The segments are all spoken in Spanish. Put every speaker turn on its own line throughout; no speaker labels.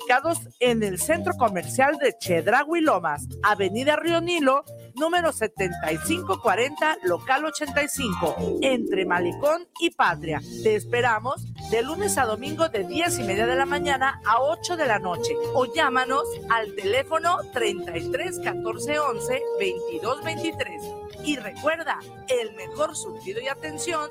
ubicados en el centro comercial de Chedragui Lomas, Avenida Río Nilo, número 7540, local 85, entre Malecón y Patria. Te esperamos de lunes a domingo de 10 y media de la mañana a 8 de la noche o llámanos al teléfono 33 14 11 22 23. Y recuerda, el mejor surtido y atención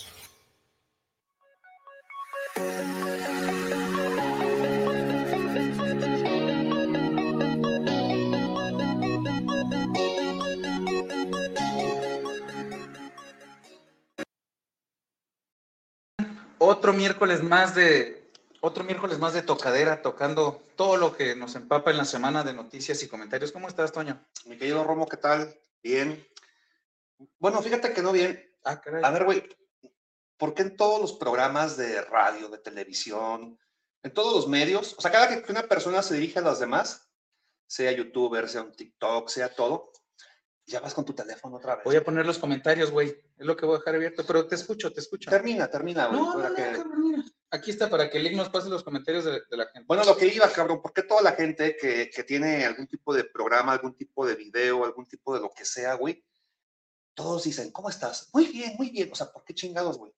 Otro miércoles más de otro miércoles más de tocadera, tocando todo lo que nos empapa en la semana de noticias y comentarios. ¿Cómo estás, Toño?
Mi querido Romo, ¿qué tal? Bien. Bueno, fíjate que no bien.
Ah, caray.
A ver, güey, ¿por qué en todos los programas de radio, de televisión, en todos los medios, o sea, cada que una persona se dirige a las demás, sea youtuber, sea un TikTok, sea todo, ya vas con tu teléfono otra vez?
Voy a poner los comentarios, güey. Es lo que voy a dejar abierto, pero te escucho, te escucho.
Termina, termina, güey.
No, no,
para
no,
que-
cabrón, mira. Aquí está para que el link nos pase los comentarios de, de la gente.
Bueno, lo que iba, cabrón, ¿por qué toda la gente que, que tiene algún tipo de programa, algún tipo de video, algún tipo de lo que sea, güey? Todos dicen, ¿cómo estás? Muy bien, muy bien. O sea, ¿por qué chingados, güey?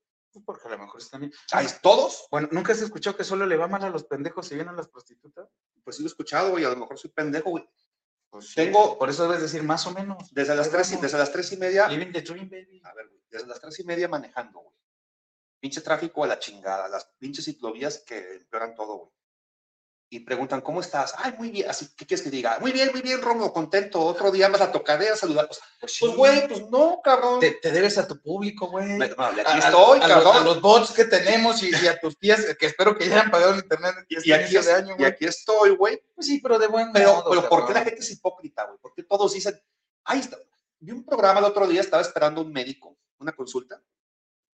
porque a lo mejor está bien.
Ay, ¿Todos?
Bueno, ¿nunca has escuchado que solo le va mal a los pendejos si vienen las prostitutas?
Pues sí lo he escuchado, güey. A lo mejor soy pendejo, güey.
Pues
Tengo-
Por eso debes decir más o menos.
Desde las
Ahí
tres y,
vamos.
desde las tres y media.
Living the dream, baby.
A ver, güey. Desde las tres y media manejando, güey. Pinche tráfico a la chingada. Las pinches ciclovías que empeoran todo, güey. Y preguntan, ¿cómo estás? Ay, muy bien. Así, ¿qué quieres que diga? Muy bien, muy bien, Romo, contento. Otro día más a tocadera, saludar. O sea, pues, güey, pues no, cabrón.
Te, te debes a tu público, güey.
Me- vale,
A-
aquí
a-
estoy,
a, los,
cabrón.
a los bots que tenemos y, y a tus tías, que espero que ya hayan pagado el internet. este
y, aquí,
inicio de
es-
año,
y
güey.
aquí estoy, güey.
Pues sí, pero de buen
Pero,
modo,
pero ¿por qué
cabrón.
la gente es hipócrita, güey? ¿Por qué todos dicen, ahí está? Vi un programa el otro día, estaba esperando un médico, una consulta.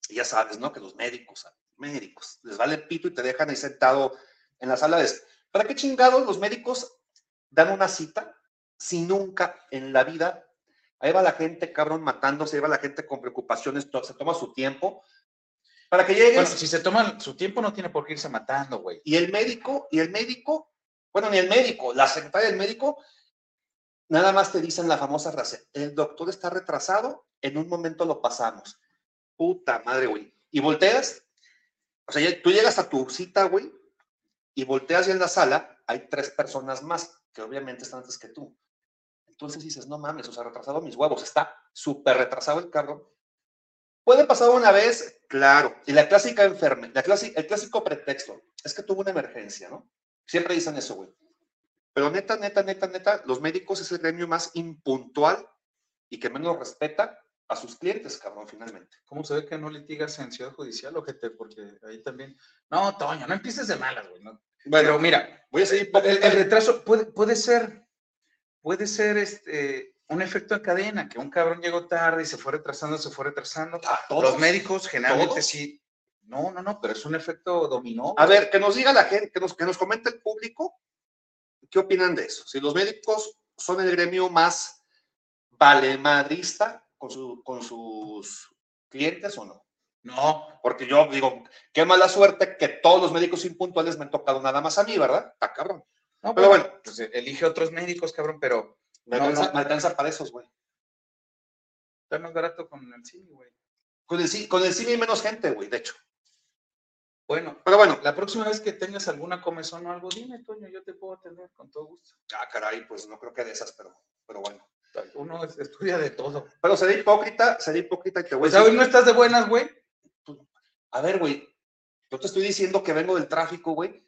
Y ya sabes, ¿no? Que los médicos, a los médicos, les vale pito y te dejan ahí sentado en la sala de... ¿Para qué chingados los médicos dan una cita si nunca en la vida... Ahí va la gente, cabrón, matándose, ahí va la gente con preocupaciones, to- se toma su tiempo para que llegues.
Bueno, si se toman su tiempo, no tiene por qué irse matando, güey.
Y el médico, y el médico, bueno, ni el médico, la secretaria del médico, nada más te dicen la famosa frase, el doctor está retrasado, en un momento lo pasamos. Puta madre, güey. Y volteas, o sea, ya- tú llegas a tu cita, güey, y volteas y en la sala hay tres personas más que obviamente están antes que tú. Entonces dices, no mames, o sea, retrasado mis huevos, está súper retrasado el cabrón. Puede pasar una vez, claro. Y la clásica enferme, la clasi- el clásico pretexto, es que tuvo una emergencia, ¿no? Siempre dicen eso, güey. Pero neta, neta, neta, neta, los médicos es el gremio más impuntual y que menos respeta a sus clientes, cabrón, finalmente.
¿Cómo se ve que no litigas en Ciudad Judicial, ojete? Porque ahí también. No, Toño, no empieces de malas, güey. no. Pero mira,
voy a seguir.
El, el retraso puede, puede ser, puede ser este, un efecto de cadena, que un cabrón llegó tarde y se fue retrasando, se fue retrasando.
a
Los médicos generalmente
¿Todos?
sí. No, no, no, pero es un efecto dominó.
A ver, que nos diga la gente, que nos, que nos comente el público, ¿qué opinan de eso? Si los médicos son el gremio más valemadrista con, su- con sus clientes o no.
No,
Porque yo digo, qué mala suerte que todos los médicos impuntuales me han tocado nada más a mí, ¿verdad? Está cabrón.
no,
Pero
pero
bueno.
bueno. Pues eh, elige otros médicos, cabrón, pero
Me,
No,
alcanza,
no.
me alcanza para esos, güey.
está más barato con el cine, güey.
Con el, ci- con el cine hay menos gente, güey, de hecho.
Bueno,
Pero bueno.
la próxima vez que tengas alguna comezón o algo, dime, Toño, yo te puedo atender con todo gusto.
Ah, caray, pues no creo que de esas, pero, pero bueno.
Uno es- estudia de todo.
Pero seré hipócrita, seré hipócrita y te voy
Pues
a decir-
hoy no estás de buenas, güey.
A ver, güey, yo te estoy diciendo que vengo del tráfico, güey.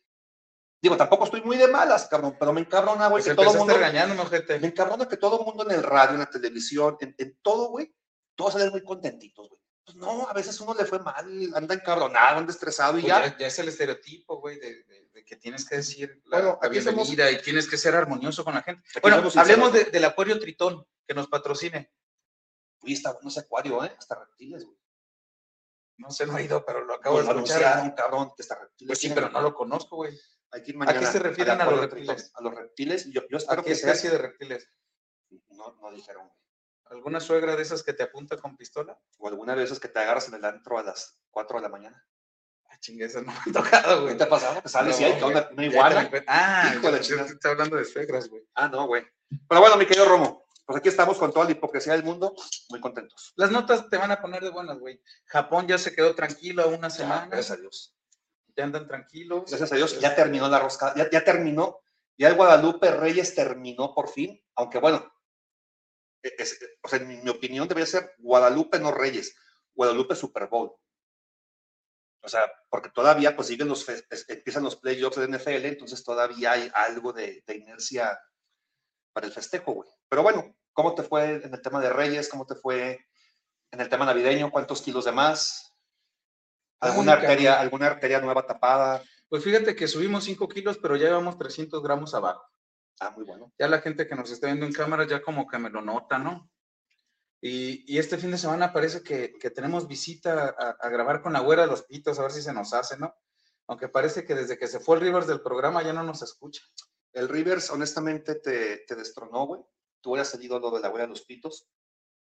Digo, tampoco estoy muy de malas, cabrón, pero me encabrona, güey,
Pues
que todo
empezaste
mundo.
regañándome,
Me
ojete.
encabrona que todo el mundo en el radio, en la televisión, en, en todo, güey, todos salen muy contentitos, güey. Pues no, a veces uno le fue mal, anda encabronado, anda estresado y
Pues
ya.
ya, ya es el estereotipo, güey, de, de- de que tienes que decir la,
Bueno,
la
aquí somos-
bienvenida y tienes que ser armonioso con la gente.
Aquí
Bueno,
somos
hablemos de-
sinceros.
del Acuario Tritón, que nos patrocine.
Uy, está bueno ese acuario, ¿eh? Hasta reptiles, güey.
No sé, no he ido, pero lo acabo
Pues
de
lo
escuchar.
anunciaron, cabrón, que está
Pues sí, pero no lo conozco, güey.
Hay que ir mañana
¿A qué se refieren a
la
los
Puebla Triton,
reptiles?
A los reptiles, y yo,
¿A
yo espero
qué
que sea.
especie de reptiles?
No, no dijeron. güey.
¿Alguna suegra de esas que te apunta con pistola?
O alguna de esas que te agarras en el antro a las 4 de la mañana.
Ah, chingue, esa no me ha tocado,
¿Qué
güey.
te ha pasado? Que sales
No,
y hay que
güey.
una, una
Ya
iguana.
te- Ah,
Hijo de
yo-
chingada.
yo te está hablando de suegras, güey.
Ah, no, güey. Pero bueno, mi querido Romo, pues aquí estamos con toda la hipocresía del mundo, muy contentos.
Las notas te van a poner de buenas, güey. Japón ya se quedó tranquilo una
Ya,
semana.
gracias a Dios.
Ya andan tranquilos. Este,
Gracias a Dios, ya terminó la rosca, ya, ya terminó, ya el Guadalupe Reyes terminó por fin, aunque bueno, e- es- o sea, en mi, mi opinión debería ser Guadalupe no Reyes, Guadalupe Super Bowl. O sea, porque todavía pues siguen los, fe- es- empiezan los playoffs de NFL, entonces todavía hay algo de, de inercia para el festejo, güey. Pero bueno, ¿cómo te fue en el tema de Reyes? ¿Cómo te fue en el tema navideño? ¿Cuántos kilos de más? ¿Alguna
Ay,
arteria,
cabrón.
alguna arteria nueva tapada?
Pues fíjate que subimos 5 kilos, pero ya llevamos 300 gramos abajo.
Ah, muy bueno.
Ya la gente que nos está viendo en cámara ya como que me lo nota, ¿no? Y, y este fin de semana parece que, que tenemos visita a, a grabar con la güera de los pitos, a ver si se nos hace, ¿no? Aunque parece que desde que se fue el Rivers del programa ya no nos escucha.
El Rivers, honestamente, te, te destronó, güey. Tú eras el ídolo de la abuela de los pitos,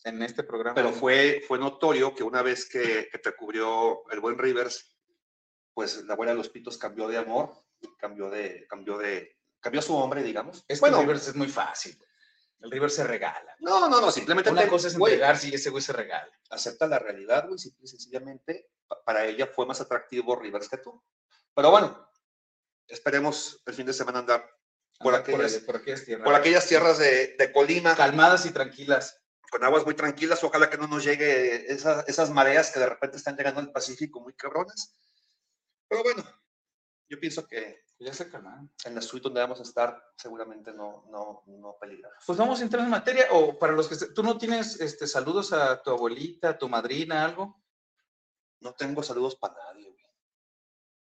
en este programa.
pero fue, fue notorio que una vez que, que te cubrió el buen Rivers, pues la abuela de los pitos cambió de amor, cambió de, cambió de, cambió su hombre, digamos.
Es que
bueno,
el Rivers es muy fácil. El Rivers se regala.
no, no, no, simplemente
Una
te-
cosa es
güey,
entregarse y ese güey se regala.
acepta la realidad, güey, simple y sencillamente pa- para ella fue más atractivo Rivers que tú. Pero bueno, esperemos el fin de semana andar Por
Anda
aquellas-
ahí- por aquellas tierras.
por aquellas tierras de, de Colima,
calmadas y tranquilas.
con aguas muy tranquilas, ojalá que no nos llegue esas, esas mareas que de repente están llegando al Pacífico muy cabronas. Pero bueno, yo pienso que
Ya se calmaron.
en la suite donde vamos a estar seguramente no, no, no peligra.
Pues vamos a entrar en materia. O para los que est- tú no tienes este, saludos a tu abuelita, a tu madrina, algo.
No tengo saludos para nadie, güey.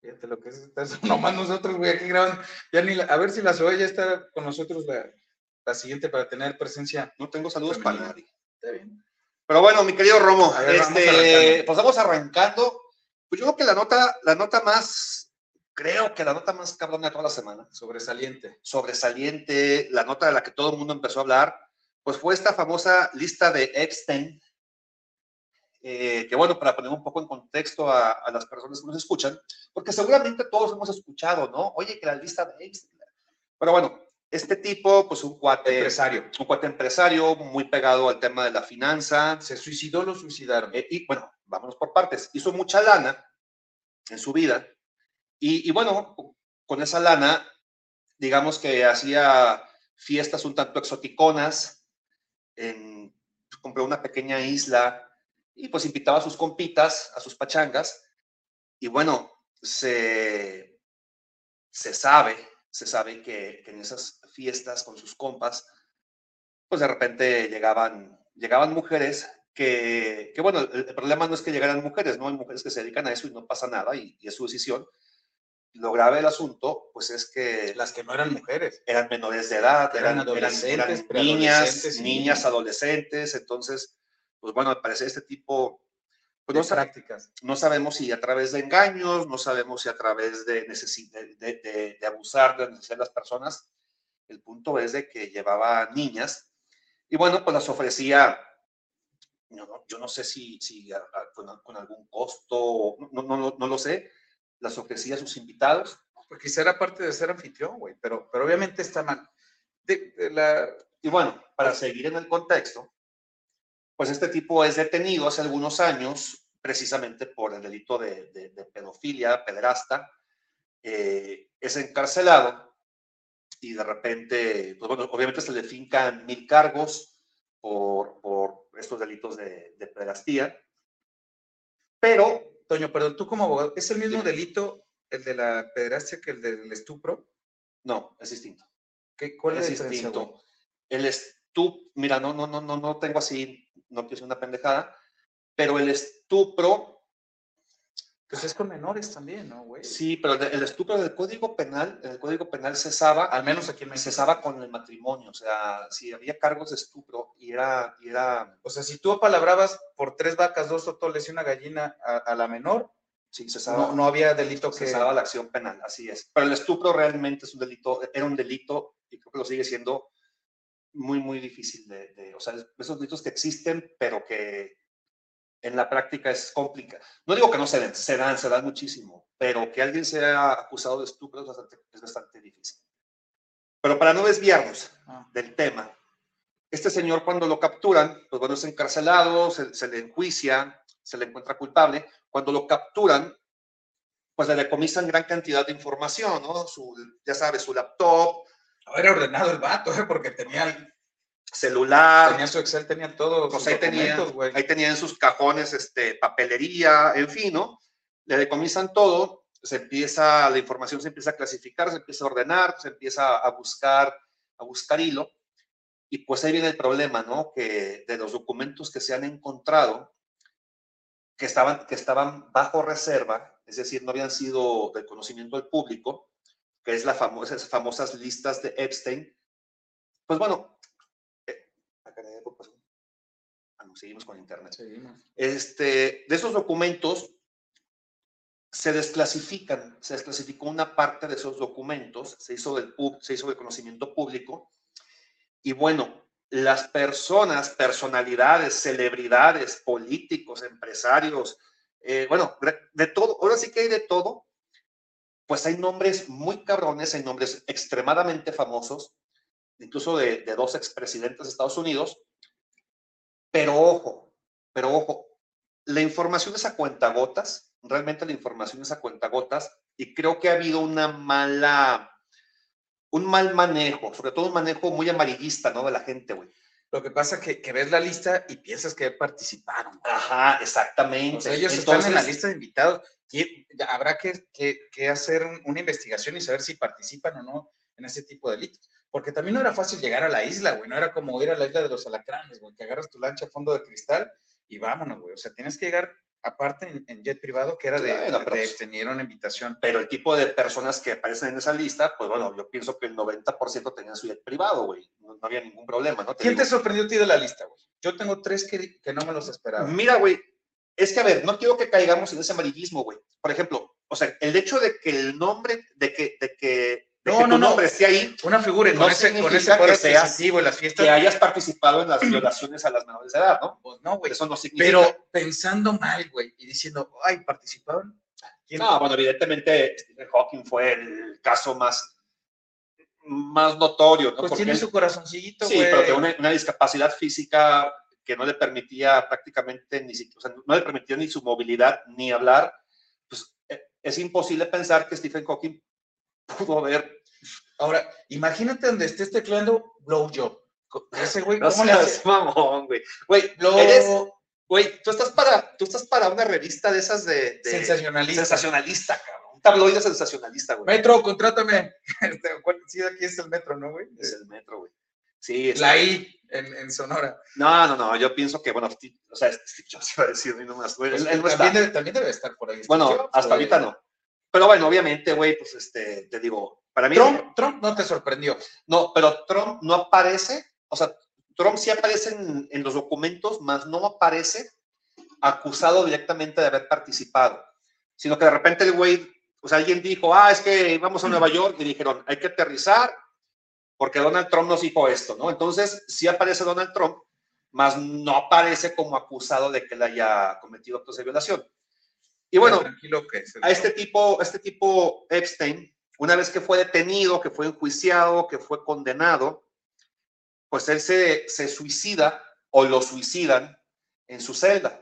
Fíjate lo que es estar nomás nosotros, güey, aquí grabando. Ya ni la- a ver si la Zoe ya está con nosotros la, la siguiente para tener presencia.
No tengo saludos para
Femenino.
nadie.
Está bien.
Pero bueno, mi querido Romo,
A ver, vamos
este,
arrancando.
pues vamos arrancando. Pues yo creo que la nota, la nota más, creo que la nota más cabrona de toda la semana,
Sobresaliente.
sobresaliente, la nota de la que todo el mundo empezó a hablar, pues fue esta famosa lista de Epstein, eh, que bueno, para poner un poco en contexto a, a las personas que nos escuchan, porque seguramente todos hemos escuchado, ¿no? Oye, que la lista de Epstein. Pero bueno, este tipo, pues un cuate,
Empresario.
un cuate empresario muy pegado al tema de la finanza,
Se suicidó, lo suicidaron.
eh, y bueno, vámonos por partes. Hizo mucha lana en su vida. Y, y bueno, con esa lana, digamos que hacía fiestas un tanto exoticonas. en- compró una pequeña isla y pues invitaba a sus compitas, a sus pachangas. Y bueno, se, se sabe, se sabe que, que en esas fiestas con sus compas, pues de repente llegaban, llegaban mujeres que, que, bueno, el, el problema no es que llegaran mujeres, ¿no? Hay mujeres que se dedican a eso y no pasa nada y, y es su decisión. Lo grave del asunto, pues es que
Las que no eran mujeres.
eran menores de edad,
Eran
eran, eran-
adolescentes,
eran niñas,
preadolescentes y
niñas,
niños.
adolescentes, entonces, pues bueno, al parecer este tipo, pues
de
no, sa-
prácticas.
no sabemos si a través de engaños, no sabemos si a través de, necesi- de, de- de- de abusar, de necesidad de las personas, el punto es de que llevaba niñas y bueno, pues las ofrecía, yo no, yo no sé si, si a- a- con, con algún costo, o- no, no, no, no lo sé, las ofrecía a sus invitados.
Pues quizá era parte de ser anfitrión, güey, pero, pero obviamente está mal. De- de la,
Y bueno, para seguir en el contexto, pues este tipo es detenido hace algunos años precisamente por el delito de, de- de pedofilia, pederasta, eh, es encarcelado y de repente, pues bueno, obviamente se le fincan mil cargos por, por estos delitos de, de pederastía, pero
Toño, perdón, tú como abogado, ¿es el mismo
Dime.
delito el de la pederastia que el del estupro?
no, es distinto.
¿Qué, ¿Cuál es
es
la diferencia?
distinto.
güey?
El estupro, mira, no, no, no, no, no tengo así, no quiero ser una pendejada, pero el estupro,
Pues es con menores también, ¿no, güey?
Sí, pero el el estupro del Código Penal, en el Código Penal cesaba,
Al menos aquí en México.
cesaba con el matrimonio, o sea, si había cargos de estupro y era, y era,
O sea, si tú apalabrabas por tres vacas, dos totoles y una gallina a, a la menor,
sí, cesaba,
no, no había delito que...
cesaba la acción penal, así es. Pero el estupro realmente es un delito, era un delito y creo que lo sigue siendo muy, muy difícil de, de- o sea, es- esos delitos que existen, pero que en la práctica es complicado. No digo que no se den, se dan, se dan muchísimo, pero que alguien sea acusado de estupro es bastante, es bastante difícil. Pero para no desviarnos,
Ah,
del tema. Este señor cuando lo capturan, pues bueno, es encarcelado, se, se le enjuicia, se le encuentra culpable. Cuando lo capturan, pues le decomisan gran cantidad de información, ¿no? Su, ya sabes, su laptop,
Era ordenado el vato, ¿eh? porque tenía,
celular,
tenía su Excel, tenía todos
pues
los
ahí tenía,
documentos, güey.
ahí tenía en sus cajones este, papelería, en fin, ¿no? Le decomisan todo, se empieza, la información se empieza a clasificar, se empieza a ordenar, se empieza a buscar, a buscar hilo. Y pues ahí viene el problema, ¿no? Que de los documentos que se han encontrado, que estaban, que estaban bajo reserva, es decir, no habían sido del conocimiento del público, que es la famosa, esas famosas listas de Epstein. Pues bueno, eh, acá en el- pues, ah, no, seguimos con internet.
Seguimos.
Este, de esos documentos se desclasifican, se desclasificó una parte de esos documentos, se hizo del, pub- se hizo del conocimiento público, y bueno, las personas, personalidades, celebridades, políticos, empresarios, eh, bueno, de, de todo, ahora sí que hay de todo, pues hay nombres muy cabrones, hay nombres extremadamente famosos, incluso de, de dos expresidentes de Estados Unidos, pero ojo, pero ojo, la información es a cuentagotas, realmente la información es a cuentagotas, y creo que ha habido una mala, un mal manejo, sobre todo un manejo muy amarillista, ¿no? De la gente, güey.
Lo que pasa que, que ves la lista y piensas que participaron. güey.
Ajá, exactamente.
O sea, ellos están en la lista de invitados. Y ya habrá que, que- que hacer un- una investigación y saber si participan o no en ese tipo de delitos. Porque también no era fácil llegar a la isla, güey. No era como ir a la isla de los alacranes, güey, que agarras tu lancha a fondo de cristal y vámonos, güey. O sea, tienes que llegar, aparte en, en jet privado, que era de,
Claro, pero
de
pues-
extendieron una invitación.
Pero el tipo de personas que aparecen en esa lista, pues bueno, yo pienso que el 90% tenían su jet privado, güey. No, no había ningún problema, ¿no? Te
¿Quién
digo,
te sorprendió a ti de la lista, güey? Yo tengo tres que, que no me los esperaba.
Mira, güey, es que a ver, no quiero que caigamos en ese amarillismo, güey. Por ejemplo, o sea, el hecho de que el nombre, de que, de que, de
No,
que tu
no, no.
nombre esté ahí,
Una figura y
No
con, ese, con ese
significa
poder
que seas-
adquisitivo en las fiestas.
que hayas participado en las violaciones a las menores de edad, ¿no?
pues, no, güey.
Eso no significa.
Pero pensando mal, güey, y diciendo, ay, participaron. ¿Quién?
no, bueno, evidentemente Stephen Hawking fue el caso más, más notorio, ¿no?
pues
Porque
tiene
él-
su corazoncillito,
Sí,
güey.
pero que una, una discapacidad física que no le permitía prácticamente ni siquiera, o sea, no le permitía ni su movilidad ni hablar, pues e- es imposible pensar que Stephen Hawking pudo ver.
Ahora, imagínate donde estés tecleando blowjob. Co- Ese güey,
No
¿cómo le hace?
seas mamón, güey. Güey,
Blow
eres- güey, tú estás para, tú estás para una revista de esas de, de-
sensacionalista.
sensacionalista, cabrón. Un tabloide sensacionalista, güey.
Metro, contrátame. Este, ¿cuál- sí, aquí es el metro, ¿no, güey? Eh,
Es el metro, güey. Sí, es-
La I en, en Sonora.
no, no, no, yo pienso que, bueno, Steve- o sea, Steve Jobs iba a decir, ni nomás, güey, él- él no está.
Pues, también, debe, también debe estar por ahí.
Bueno, hasta ahorita no. Pero bueno, obviamente, güey, pues este, te digo, para mí.
Trump, Trump no te sorprendió.
No, pero Trump no aparece, o sea, Trump sí aparece en, en los documentos, más no aparece acusado directamente de haber participado, sino que de repente el güey, o sea, alguien dijo, ah, es que vamos a Nueva York y dijeron, hay que aterrizar porque Donald Trump nos dijo esto, ¿no? Entonces, sí aparece Donald Trump, más no aparece como acusado de que le haya cometido actos de violación. Y bueno,
tranquilo que es el-
a este tipo, a este tipo Epstein, una vez que fue detenido, que fue enjuiciado, que fue condenado, pues él se, se suicida o lo suicidan en su celda.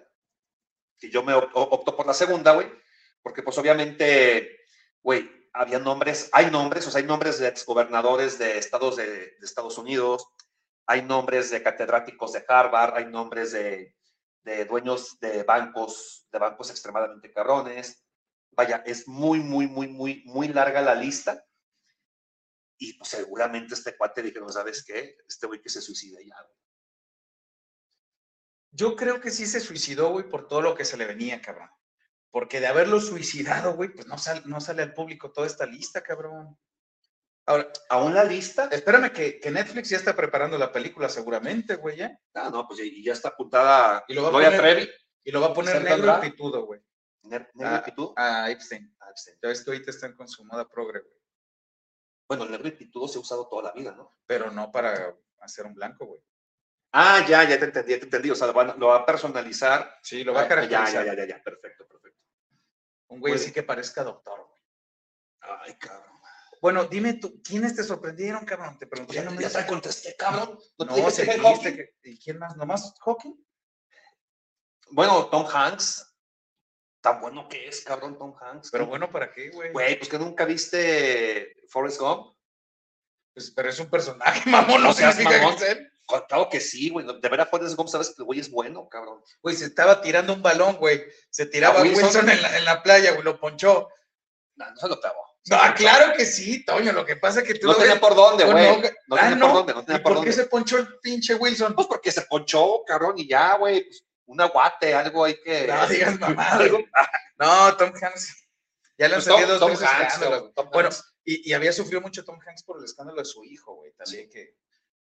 Que yo me op- o- opto por la segunda, güey, porque pues obviamente, güey, había nombres, hay nombres, o sea, hay nombres de exgobernadores de estados de, de Estados Unidos, hay nombres de catedráticos de Harvard, hay nombres de, de dueños de bancos, de bancos extremadamente carrones, vaya, es muy, muy, muy, muy, muy larga la lista. Y pues, seguramente este cuate dijeron, ¿sabes qué? Este güey que se suicida ya. güey".
Yo creo que sí se suicidó, güey, por todo lo que se le venía, cabrón. Porque de haberlo suicidado, güey, pues no, sal- no sale al público toda esta lista, cabrón. Ahora,
Aún la lista.
espérame que, que Netflix ya está preparando la película seguramente, güey, ¿eh?
Ah, no, pues y ya está apuntada.
Y lo va a
Gloria
poner-
Trevi.
Y lo va a poner
¿Sandra?
negro y pitudo, güey.
Ne-
Ah,
Negro y Pitudo.
A Epstein.
Ah, pues,
Ya ves que ahorita están con su moda progre, güey.
Bueno, el negro y Pitudo se ha usado toda la vida, ¿no?
Pero no para hacer un blanco, güey.
Ah, ya, ya te entendí, ya te entendí. O sea, lo, van- lo va a personalizar.
Sí, lo va
Ah,
a caracterizar.
Ya, Pues ya, ya, ya, ya. Perfecto, perfecto.
Un güey
Puede.
así que parezca doctor, güey.
Ay, cabrón.
Bueno, dime tú, ¿quiénes te sorprendieron, cabrón? Te pregunté.
Ya,
Pues no me
ya
digas.
te contesté, cabrón. No, te
No,
dije
te
Stephen
dijiste
Hawking?
que- ¿Y quién más? ¿Nomás Hawking?
Bueno, Tom Hanks. Tan bueno que es, cabrón, Tom Hanks.
Pero bueno, ¿para qué, güey?
Güey, pues que nunca viste Forrest Gump.
Pues, pero es un personaje, mamón, no
No seas
seas mamón.
mamón. Claro que sí, güey. De verdad, Forrest Gump, sabes que el güey es bueno, cabrón.
Güey, se estaba tirando un balón, güey. Se tiraba
¿A
a
Wilson?
Wilson, en, la, en la playa, güey, lo ponchó.
No, no se lo pegó.
No, claro que sí, Toño, lo que pasa es que tú
No
lo
tenía
ves-
por dónde,
con
güey.
Hawking.
No
Ah,
tenía por
no.
dónde, no
¿Y
tenía por
por qué
dónde.
se ponchó el pinche Wilson?
Pues porque se ponchó, cabrón, y ya, güey. pues, un aguate, algo hay que.
No digas mamadas.
eh, pues, Algo-
No, Tom Hanks. Ya le han
Pues Tom,
salido dos
Tom
veces
Hanks,
escándalos.
cabrón, Tom
Bueno,
Hanks.
Y, y había sufrido mucho Tom Hanks por el escándalo de su hijo, güey. También que.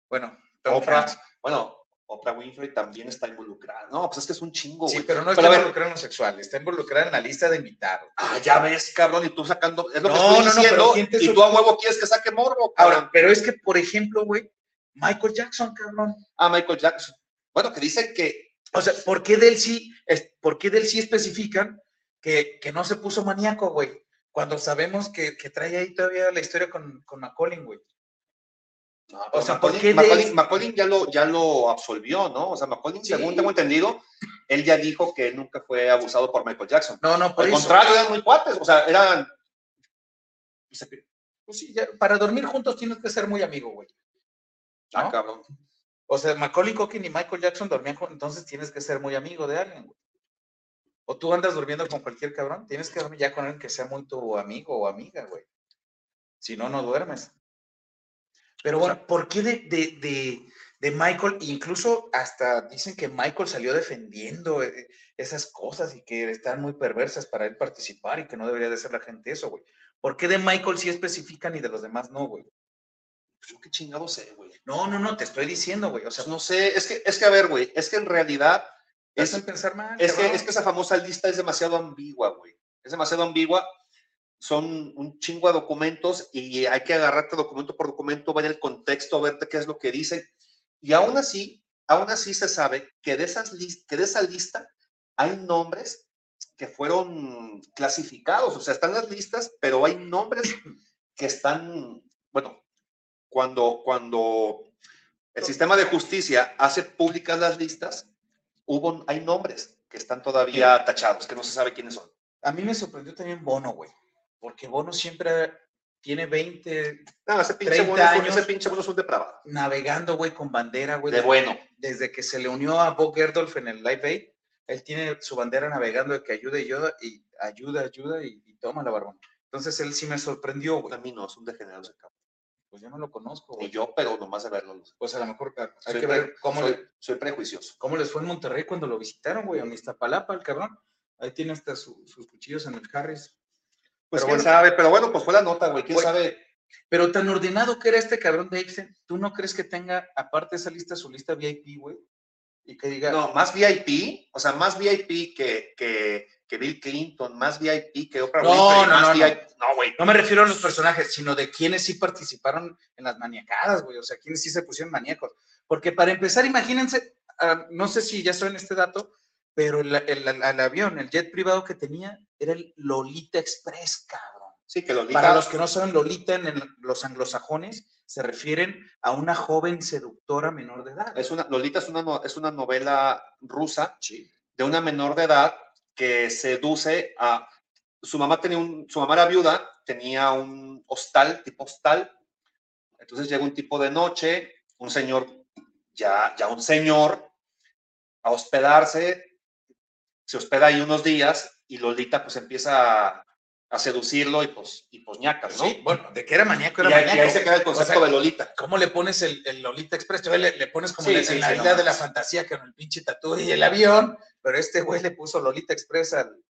Bueno, Tom
Oprah,
Hanks.
bueno, Oprah Winfrey también está involucrada. No, pues es que es un chingo,
Sí,
güey.
pero no
Pero a
está
ver.
involucrada en lo sexual, está involucrada en la lista de invitados.
Ah, ya ves, cabrón, y tú sacando. Es lo que
No,
estoy
no, no, pero
diciendo.
¿quién te
y tú a huevo quieres que saque morbo, cabrón.
Ahora, pero es que, por ejemplo, güey, Michael Jackson, cabrón.
a Michael Jackson. Bueno, que dicen que.
O sea, ¿por qué del sí, es- por qué del sí especifican que, que no se puso maníaco, güey? Cuando sabemos que, que trae ahí todavía la historia con, con Macaulay, güey.
No, pero
sea, ¿por
Macaulay,
qué
Macaulay-
de-
Macaulay ya, lo, ya lo absolvió, ¿no? O sea, Macaulay,
Sí.
según tengo entendido, él ya dijo que nunca fue abusado por Michael Jackson.
No, no, por
Al
eso.
contrario, eran muy cuates. O sea, eran.
Pues sí, ya, para dormir juntos tienes que ser muy amigo, güey.
Ah,
¿No?
cabrón.
O sea, Macaulay Culkin y Michael Jackson dormían juntos, entonces tienes que ser muy amigo de alguien, güey. O tú andas durmiendo con cualquier cabrón, tienes que dormir ya con alguien que sea muy tu amigo o amiga, güey. Si no, no duermes. Pero
O
bueno, ¿por qué de, de, de, de Michael? Incluso hasta dicen que Michael salió defendiendo eh, esas cosas y que están muy perversas para él participar y que no debería de hacer la gente eso, güey. ¿Por qué de Michael sí especifican y de los demás no, güey?
Pues yo qué chingado sé, güey.
No, no, no, te estoy diciendo, güey. O
O
sea,
sea, no sé. Es que, es que a ver, güey. Es que en realidad.
te
Es,
hacen pensar mal.
Es que,
cabrón.
es que esa famosa lista es demasiado ambigua, güey. Es demasiado ambigua. Son un chingo de documentos y hay que agarrarte documento por documento, ver el contexto, verte qué es lo que dicen. Y aún así, aún así se sabe que de, esas lis- que de esa lista hay nombres que fueron clasificados. O sea, están las listas, pero hay nombres que están, bueno, cuando, cuando el sistema de justicia hace públicas las listas, hubo, hay nombres que están todavía tachados, que no se sabe quiénes son.
A mí me sorprendió también Bono, güey. Porque Bono siempre tiene 20
No, ese pinche
30
bono es un,
años.
ese pinche bono es un depravado.
navegando, güey, con bandera, güey.
De bueno.
Desde que se le unió a Bob Geldof en el Live Aid, él tiene su bandera navegando de que ayuda y ayuda y ayuda, ayuda y, y toma la barbón. Entonces él sí me sorprendió,
A
güey.
mí no, es un degenerado ese cabrón.
Pues yo no lo conozco,
Y
güey.
yo, pero nomás de verlo. no sé.
Pues a lo mejor a- hay
Soy
que
pre-
ver cómo,
soy,
le-
soy prejuicioso.
cómo les fue en Monterrey cuando lo visitaron, güey, en Iztapalapa, el cabrón. Ahí tiene hasta su- sus cuchillos en el Harris.
Pues
Pero
quién
bueno.
sabe, pero bueno, pues fue la nota, güey. ¿Quién
Güey.
sabe?
Pero tan ordenado que era este cabrón de Epstein, ¿tú no crees que tenga, aparte de esa lista, su lista VIP, güey? Y que diga,
No, más VIP, o sea, más VIP que, que, que Bill Clinton, más VIP que Oprah
No,
Winfrey,
no,
más
no, no.
VIP. No, güey.
no me refiero a los personajes, sino de quienes sí participaron en las maniacadas, güey. O sea, quienes sí se pusieron maníacos. Porque para empezar, imagínense, ah, no sé si ya saben este dato, pero el, el- el- el avión, el jet privado que tenía, era el Lolita Express, cabrón.
Sí, que lo diga.
Para los que no saben, Lolita en el- los anglosajones se refieren a una joven seductora menor de edad.
Es una, Lolita es una, no- es una novela rusa de una menor de edad que seduce a su mamá tenía un, su mamá era viuda, tenía un hostal, tipo hostal. Entonces llega un tipo de noche, un señor, ya, ya un señor, a hospedarse, se hospeda ahí unos días y Lolita pues empieza a, a seducirlo y pues, y pues ñacas, ¿no?
Sí, bueno, de que era maníaco,
y,
era
ahí, y
maníaco.
ahí se queda el concepto
sea,
de Lolita.
¿Cómo le pones el, el Lolita Express? Tú le, le pones como
Sí,
la-
sí,
en la
sí, no
isla de la
mames.
fantasía con el pinche tatuaje y el avión, pero este güey le puso Lolita Express al,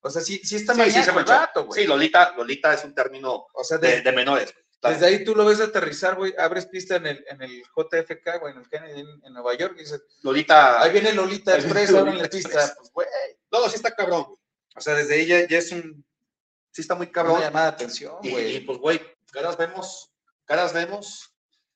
O sea, sí, sí está
Sí,
mal
sí, se manchó.
rato, güey.
Sí, Lolita, Lolita es un término
O sea,
de,
de-
de menores. Claro.
desde ahí tú lo ves aterrizar, güey, abres pista en el, en el JFK, güey, en el Kennedy, en, en Nueva York, y dices,
Lolita.
ahí viene Lolita
Ahí viene
Express,
Lolita
abren la
Express.
pista. Pues, güey.
No, sí está cabrón. güey.
O sea, desde ahí ya, ya es un,
Sí está muy
una
cabrón.
llamada de atención,
Y, y,
güey.
pues, güey, caras vemos, caras vemos,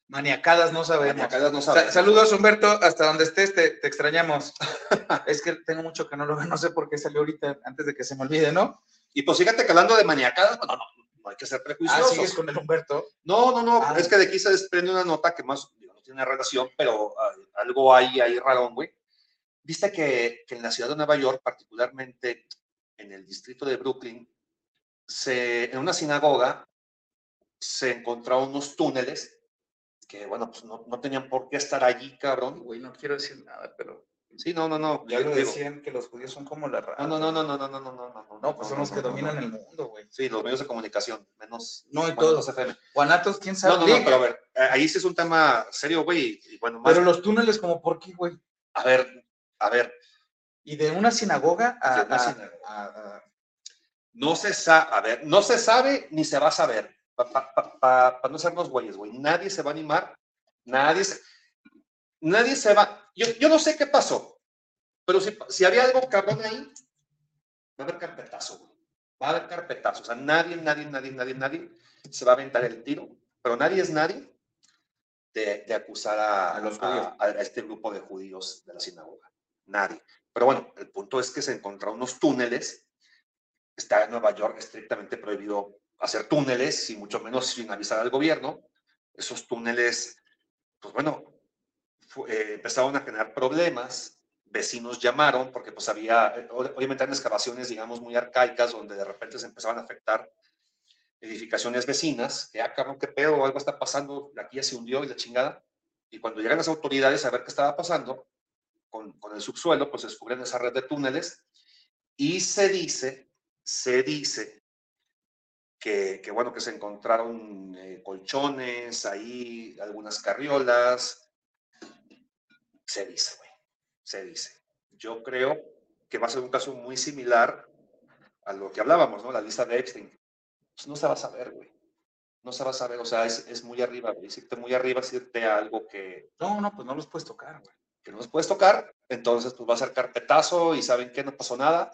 Maniacadas no sabemos.
maniacadas no
Sa-
sabemos.
Saludos, Humberto, hasta donde estés, te, te extrañamos. es que tengo mucho que no lo veo, no sé por qué salió ahorita, antes de que se me olvide, ¿no?
Y pues fíjate que hablando de maniacadas, pues, no, no, no hay que ser
Ah,
prejuiciosos.
sigues con el Humberto.
No, no, no,
Ah.
es que de aquí se desprende una nota que más digo, no tiene relación, pero ah, algo hay ahí rarón, güey. Viste que, que en la ciudad de Nueva York, particularmente en el distrito de Brooklyn, se, en una sinagoga se encontraron unos túneles que, bueno, pues no, no tenían por qué estar allí, cabrón.
Güey, no quiero decir nada, pero
Sí, no, no, no.
ya lo
digo, ah,
decían que los judíos son como la rata.
No, no, no, no, no, no, no, no, no, no.
No, pues son los que dominan
no.
el mundo, güey.
Sí, los medios de comunicación, menos.
No, y
bueno,
todos.
los FM.
Guanatos, quién sabe.
No, no, no, pero a ver, eh, ahí sí es un tema serio, güey, y bueno, más,
Pero los túneles, como por qué, güey.
a ver, a ver,
Y de una sinagoga a.
de una
a-
sinagoga.
a- a-
no se sabe, a ver, no se sabe ni se va a saber, para no sernos güeyes, güey, nadie se va a animar, nadie se, nadie se va, yo, yo no sé qué pasó, pero si, si había algo cabrón ahí, va a haber carpetazo, güey, va a haber carpetazo, o sea, nadie, nadie, nadie, nadie, nadie se va a aventar el tiro, pero nadie es nadie de, de acusar a,
A los
a- a este grupo de judíos de la sinagoga, nadie. Pero bueno, el punto es que se encontraron unos túneles está en Nueva York estrictamente prohibido hacer túneles y mucho menos sin avisar al gobierno. Esos túneles, pues bueno, fu- eh, empezaron a generar problemas. Vecinos llamaron porque pues había, eh, ob- obviamente eran excavaciones, digamos, muy arcaicas donde de repente se empezaban a afectar edificaciones vecinas, que ah, cabrón, qué pedo, algo está pasando, aquí ya se hundió y la chingada. Y cuando llegan las autoridades a ver qué estaba pasando con, con el subsuelo, pues descubren esa red de túneles y se dice se dice que, que, bueno, que se encontraron eh, colchones ahí, algunas carriolas. Se dice, güey, se dice. Yo creo que va a ser un caso muy similar a lo que hablábamos, ¿no? La lista de Epstein. Pues no se va a saber, güey. No se va a saber, o sea, es, es muy arriba, güey. Decirte muy arriba es irte a algo que,
No, no, pues no los puedes tocar, güey.
que no nos puedes tocar, entonces pues va a ser carpetazo y saben que no pasó nada.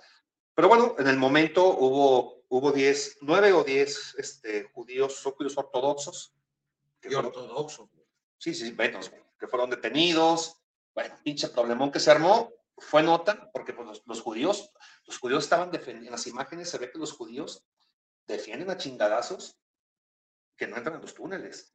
Pero bueno, en el momento hubo hubo 10, 9 o 10 este, judíos, judíos ortodoxos. que
Y
fueron-
ortodoxo. güey.
sí, sí, menos, güey, que fueron detenidos. Bueno, pinche problemón que se armó. Fue nota, porque pues, los, los judíos, los judíos estaban defendiendo, en las imágenes se ve que los judíos defienden a chingadazos que no entran en los túneles.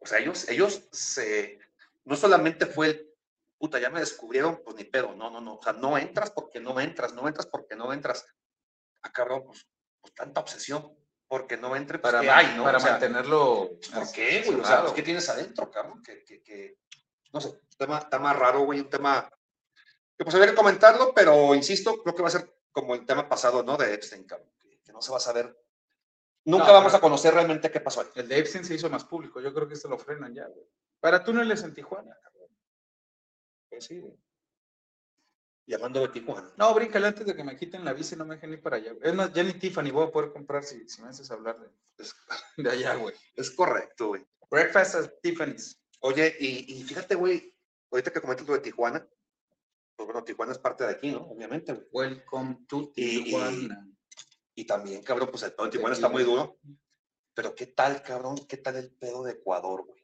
O sea, ellos, ellos se, no solamente fue el, puta, ya me descubrieron, pues ni pedo, no, no, no, o sea, no entras porque no entras, no entras porque no entras. Ah, cabrón, pues, pues, tanta obsesión, porque no entre, pues,
Para,
¿qué
ma-
hay, no?
para
O sea,
mantenerlo.
¿Por qué, güey? O sea, pues, ¿qué tienes adentro, cabrón? Que, que, que- no sé, un tema, está más raro, güey, un tema que pues habría que comentarlo, pero insisto, creo que va a ser como el tema pasado, ¿no? De Epstein, cabrón, que, que no se va a saber. Nunca
No,
vamos
pero-
a conocer realmente qué pasó ahí.
El de Epstein se hizo más público. Yo creo que se lo frenan ya, güey. Para túneles en Tijuana, cabrón. Pues sí, güey.
Llamando a Tijuana.
No, bríncale antes de que me quiten la visa y no me dejen ir para allá. güey. Es más, ya ni Tiffany voy a poder comprar si, si me haces hablar de, pues, de allá, güey.
Es correcto, güey.
Breakfast at Tiffany's.
Oye, y, y fíjate, güey, ahorita que comentas lo de Tijuana, pues bueno, Tijuana es parte de aquí, ¿no? Obviamente, güey.
Welcome to
Y- y-
Tijuana.
Y también, cabrón, pues el pedo de Tijuana está muy duro. Pero qué tal, cabrón, qué tal el pedo de Ecuador, güey.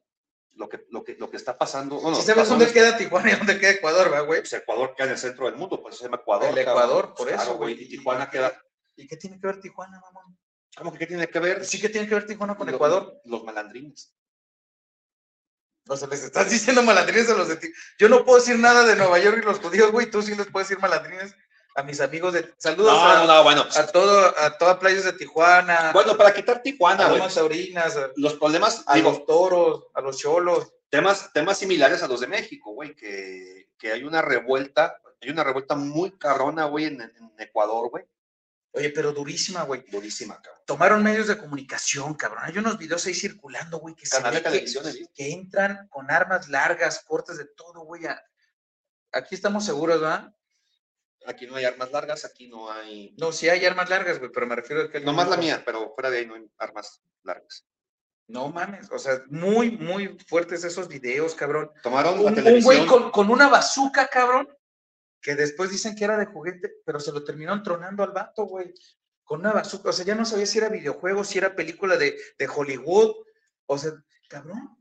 Lo que, lo que, lo que está pasando. Bueno,
si sabes
pasó en
dónde
el-
queda Tijuana y dónde queda Ecuador, ¿verdad, güey.
pues, Ecuador queda en el centro del mundo, pues se llama Ecuador.
El
cabrón.
Ecuador, por
Claro,
eso,
güey.
güey.
Y Tijuana queda.
¿Y qué tiene que ver Tijuana, mamón?
¿Cómo que qué tiene que ver?
Sí que tiene que ver Tijuana con
Lo-
Ecuador.
Los malandrines.
O sea, les estás diciendo malandrines a los de Tijuana. Yo no puedo decir nada de Nueva York y los judíos, güey. Tú sí les puedes decir malandrines a mis amigos de... Saludos a,
No, no, no, bueno. pues,
a todo, a todas playas de Tijuana.
Bueno, para quitar
a
Tijuana, güey.
Lomas Taurinas, a,
Los problemas,
a
digo,
los toros, a los cholos.
temas, temas similares a los de México, güey, que, que hay una revuelta, hay una revuelta muy carrona, güey, en, en Ecuador, güey.
Oye, pero durísima, güey.
Durísima, cabrón.
Tomaron medios de comunicación, cabrón. Hay unos videos ahí circulando, güey, que se
Canal de
ve que-
televisión, ¿eh?
que entran con armas largas, cortes de todo, güey. a- Aquí estamos seguros, ¿verdad?
Aquí no hay armas largas, aquí no hay.
No, sí hay armas largas, güey, pero me refiero a que.
Nomás la mía, pero fuera de ahí no hay armas largas.
No mames, o sea, muy, muy fuertes esos videos, cabrón.
Tomaron la
Un, un
televisión.
güey con, con una bazuca, cabrón, que después dicen que era de juguete, pero se lo terminaron tronando al vato, güey. Con una bazuca, o sea, ya no sabía si era videojuego, si era película de, de Hollywood. O sea, cabrón,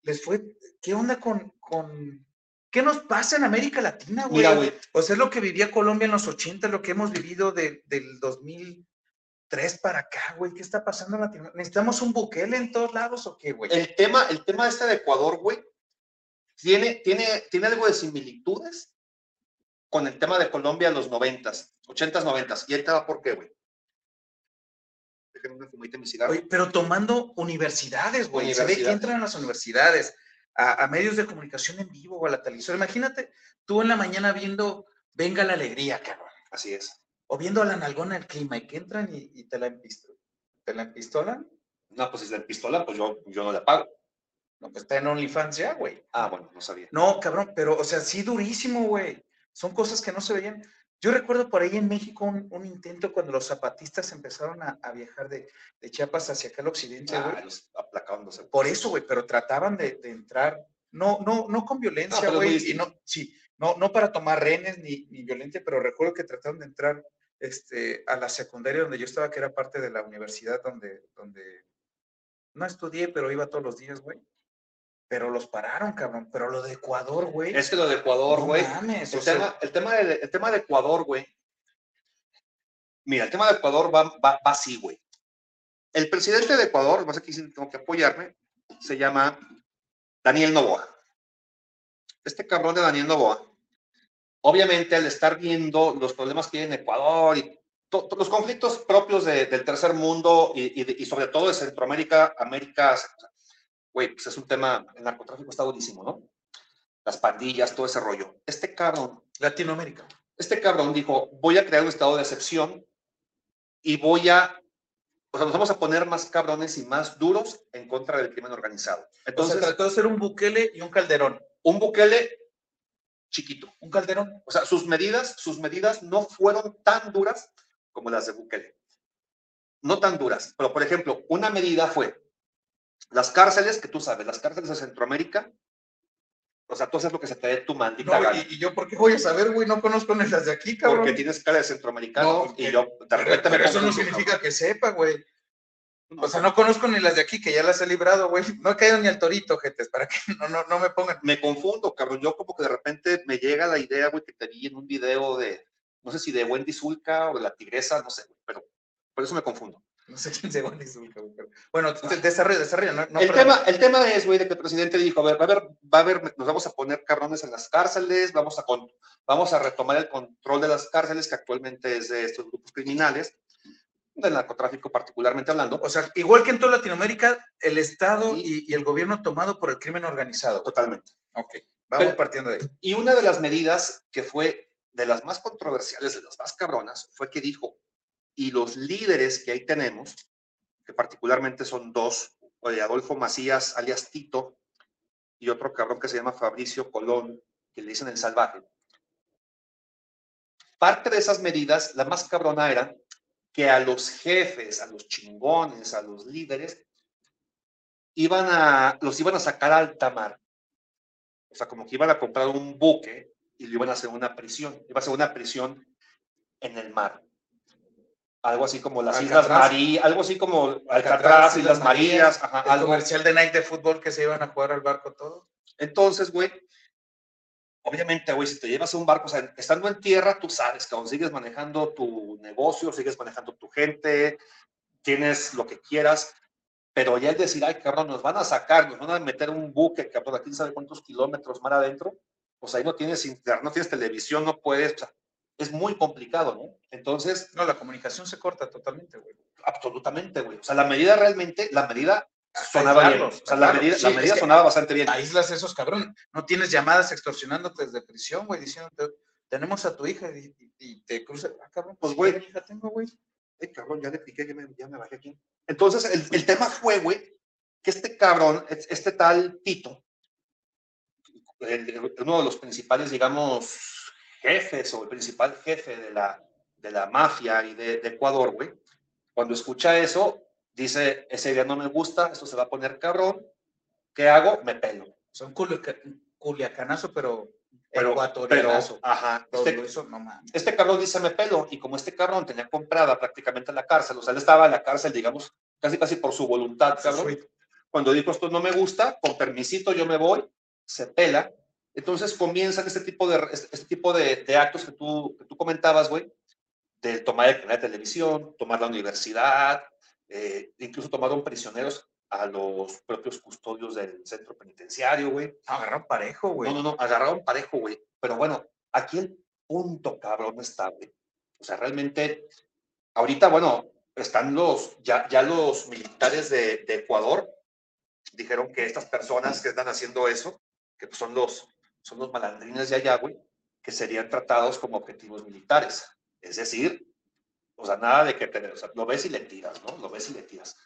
les fue. ¿Qué onda con. con... ¿Qué nos pasa en América Latina, güey?
Mira, güey,
O sea, es lo que vivía Colombia en los 80, lo que hemos vivido de- del 2003 para acá, güey. ¿Qué está pasando en Latinoamérica? ¿Necesitamos un buquel en todos lados o qué, güey?
el tema, el tema este de Ecuador, güey, tiene, tiene, tiene algo de similitudes con el tema de Colombia en los noventas, ochentas, noventas. Y ahí te va por qué, güey. Déjenme una fumita en mi cigarro.
Oye, pero tomando universidades, güey. Se ve que
Universidades.
entran a las universidades, a, a medios de comunicación en vivo o a la televisión. Imagínate tú en la mañana viendo Venga la Alegría, cabrón.
Así es.
O viendo a la nalgona el clima y que entran y, y te la empistolan. ¿Te la empistolan?
No, pues si es la pistola, pues yo, yo no la pago.
No, pues está en OnlyFans ya, güey.
Ah, bueno, no sabía.
No, cabrón, pero, o sea, sí durísimo, güey. Son cosas que no se veían. Yo recuerdo por ahí en México un, un intento cuando los zapatistas empezaron a, a viajar de, de Chiapas hacia acá al occidente,
Ah,
güey.
los aplacándose.
Por eso, güey, pero trataban de, de entrar, no, no, no con violencia,
pero es muy
güey, y
distinto.
no, sí, no, no para tomar rehenes ni, ni violencia, pero recuerdo que trataron de entrar este, a la secundaria donde yo estaba, que era parte de la universidad donde, donde no estudié, pero iba todos los días, güey. Pero los pararon, cabrón. Pero lo de Ecuador, güey.
Es que lo de Ecuador,
no
güey.
mames, o
el,
sea,
tema, el, tema de, el tema de Ecuador, güey. Mira, el tema de Ecuador va, va, va así, güey. El presidente de Ecuador, no sé aquí sí tengo que apoyarme, se llama Daniel Novoa. Este cabrón de Daniel Novoa, obviamente al estar viendo los problemas que hay en Ecuador y to- to- los conflictos propios de- del tercer mundo y, y de- y sobre todo de Centroamérica, América, güey, pues es un tema, el narcotráfico está durísimo, ¿no? Las pandillas, todo ese rollo. Este cabrón
Latinoamérica.
este cabrón dijo, voy a crear un estado de excepción y voy a, o sea, nos vamos a poner más cabrones y más duros en contra del crimen organizado. Entonces,
o sea, trató de ser un buquele y un calderón.
un Bukele chiquito.
Un calderón.
O sea, sus medidas, sus medidas no fueron tan duras como las de Bukele. No tan duras, pero por ejemplo, una medida fue las cárceles, que tú sabes, las cárceles de Centroamérica, o sea, tú haces lo que se te dé tu maldita
No, güey,
gana.
y, y yo, ¿por qué voy a saber, güey? No conozco ni las de aquí, cabrón.
Porque tienes cara de centroamericano
No, porque-
y yo de
Pero,
repente me
pero eso no
confundo, cabrón.
significa que sepa, güey.
No,
O sea, no conozco ni las de aquí, que ya las he librado, güey. No he caído ni al torito, jetes, para que no, no, no me pongan.
me confundo, cabrón. Yo como que de repente me llega la idea, güey, que te vi en un video de, no sé si de Wendy Zulka o de la tigresa, no sé, güey, pero por eso me confundo.
No sé quién se va ni su cabrón. Bueno, te- desarrolla, desarrolla. No, no,
el,
perdón.
tema, el tema es, güey, de que el presidente dijo, a ver, va a haber, va a haber, nos vamos a poner cabrones en las cárceles, vamos a, con- vamos a retomar el control de las cárceles que actualmente es de estos grupos criminales, del narcotráfico particularmente hablando,
O sea, igual que en toda Latinoamérica, el Estado
Sí.
y, y el gobierno tomado por el crimen organizado.
totalmente.
Ok, vamos
Pero-
partiendo de ahí.
Y una de las medidas que fue de las más controversiales, de las más cabronas, fue que dijo, y los líderes que ahí tenemos, que particularmente son dos, o de Adolfo Macías, alias Tito, y otro cabrón que se llama Fabricio Colón, que le dicen el salvaje. Parte de esas medidas, la más cabrona era que a los jefes, a los chingones, a los líderes, iban a, los iban a sacar a alta mar. O sea, como que iban a comprar un buque y lo iban a hacer una prisión. Iba a ser una prisión en el mar. Algo así como las Islas
Alcatraz.
María, algo así como
Alcatraz,
Alcatraz,
Islas
Islas Marías, ajá,
El
algo.
comercial de Nike de fútbol que se iban a jugar al barco todo.
Entonces, güey, obviamente, güey, si te llevas a un barco, o sea, estando en tierra, tú sabes que aún sigues manejando tu negocio, sigues manejando tu gente, tienes lo que quieras, pero ya el decir, ay, cabrón, nos van a sacar, nos van a meter un buque, cabrón, a quién sabe cuántos kilómetros mar adentro, pues ahí no tienes internet, no tienes televisión, no puedes, o sea, es muy complicado, ¿no? Entonces,
No, la comunicación se corta totalmente, güey.
absolutamente, güey. O sea, la medida realmente, la medida sonaba bien.
Carlos,
O sea, la
claro.
medida, la
Sí,
medida
es que-
sonaba bastante bien.
aíslas a esos cabrones. No tienes llamadas extorsionándote desde prisión, güey, diciéndote, tenemos a tu hija y, y- y te cruza. Ah, cabrón,
Pues,
pues,
güey.
güey, hija tengo, güey.
Ay, cabrón, ya le piqué, ya me, ya me bajé aquí. Entonces, el, el tema fue, güey, que este cabrón, es- este tal Tito, el- el- uno de los principales, digamos, jefes o el principal jefe de la, de la mafia y de, de Ecuador, güey, cuando escucha eso, dice, ese día no me gusta, esto se va a poner cabrón, ¿qué hago? Me pelo.
Son culiaca- culiacanazo, pero,
Pero, pero,
ecuatorianazo.
ajá,
Todo
este,
eso, no mames.
este cabrón dice, me pelo, y como este cabrón tenía comprada prácticamente la cárcel, o sea, él estaba en la cárcel, digamos, casi casi por su voluntad, Ah, cabrón, cuando dijo esto no me gusta, con permisito yo me voy, se pela. Entonces comienzan este tipo de, este, este tipo de, de actos que tú, que tú comentabas, güey, de tomar el canal de televisión, tomar la universidad, eh, incluso tomaron prisioneros a los propios custodios del centro penitenciario, güey.
Agarraron parejo, güey.
No, no, no, agarraron parejo, güey. Pero bueno, aquí el punto cabrón está, güey. O sea, realmente, ahorita, bueno, están los, ya, ya los militares de, de Ecuador dijeron que estas personas que están haciendo eso, que pues, son los, son los malandrines de allá, güey, que serían tratados como objetivos militares. Es decir, o sea, nada de que te, o sea, lo ves y le tiras, ¿no? Lo ves y le tiras.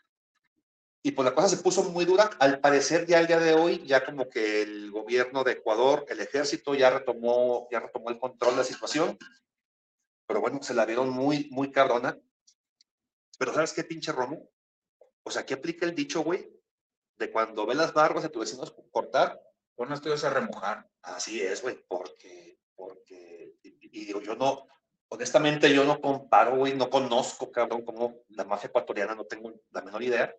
Y pues la cosa se puso muy dura. Al parecer ya el día de hoy, ya como que el gobierno de Ecuador, el ejército, ya retomó, ya retomó el control de la situación. Pero bueno, se la vieron muy, muy cabrona. Pero ¿sabes qué, pinche Romo? O sea, ¿qué aplica el dicho, güey? De cuando ve las barbas de tus vecinos cortar.
Pon las tuyas a remojar.
Así es, güey, porque, porque, y, y digo, yo no, honestamente yo no comparo, güey, no conozco, cabrón, como la mafia ecuatoriana, no tengo la menor idea,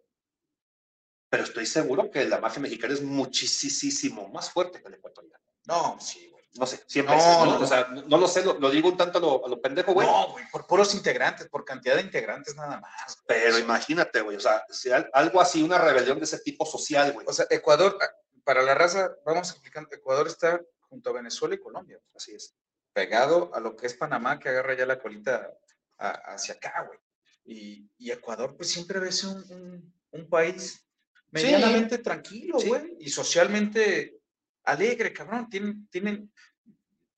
pero estoy seguro que la mafia mexicana es muchísimo más fuerte que la ecuatoriana.
No,
Sí, güey. No sé, siempre
No,
no,
no.
o sea, no, no lo sé, lo, lo digo un tanto a lo, a lo pendejo, güey.
no, güey, por puros integrantes, por cantidad de integrantes nada más.
Pero imagínate, güey, o sea, si al- algo así, una rebelión de ese tipo social, güey.
O sea, Ecuador, ah, para la raza, vamos explicando, Ecuador está junto a Venezuela y Colombia,
Así es.
pegado a lo que es Panamá, que agarra ya la colita a- hacia acá, güey. Y, y Ecuador, pues siempre ves un, un- un país medianamente tranquilo,
Sí.
güey, y socialmente alegre, cabrón. Tienen, tienen,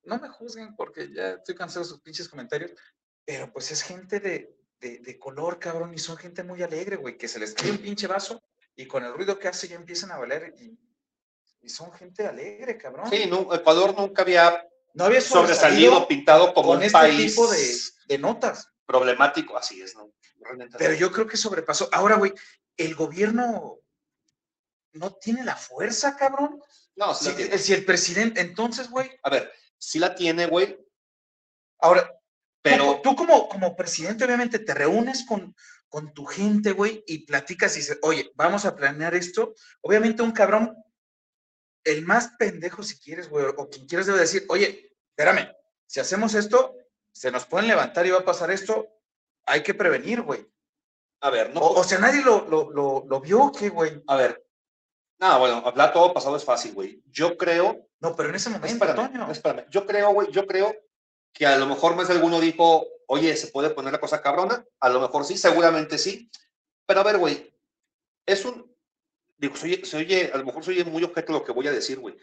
no me juzguen porque ya estoy cansado de sus pinches comentarios, pero pues es gente de, de, de color, cabrón, y son gente muy alegre, güey, que se les cae un pinche vaso y con el ruido que hace ya empiezan a valer y, y son gente alegre, cabrón.
Sí, no, Ecuador nunca había
No había
sobresalido, pintado como
con
un
este
país
tipo de, de notas.
problemático, así es, ¿no? Realmente
Pero
así.
yo creo que sobrepasó. Ahora, güey, el gobierno no tiene la fuerza, cabrón.
No, sí
Si,
la tiene.
si el presidente, entonces, güey,
A ver, sí la tiene, güey,
ahora,
pero
tú, tú como, como presidente, obviamente, te reúnes con, con tu gente, güey, y platicas y dices, oye, vamos a planear esto. Obviamente, un cabrón, el más pendejo, si quieres, güey, o quien quieras, debe decir, oye, espérame, si hacemos esto, se nos pueden levantar y va a pasar esto. Hay que prevenir, güey.
a ver, no.
O, o sea, nadie lo, lo, lo, lo vio, ¿o ¿qué, güey?
A ver. No, bueno, hablar todo pasado es fácil, güey. Yo creo,
No, pero en ese momento, Toño.
espérame, espérame. Yo creo, güey, yo creo que a lo mejor más de alguno dijo, oye, ¿se puede poner la cosa cabrona? A lo mejor sí, seguramente sí. Pero a ver, güey, es un, digo, se oye, se oye- a lo mejor se oye muy objeto lo que voy a decir, güey,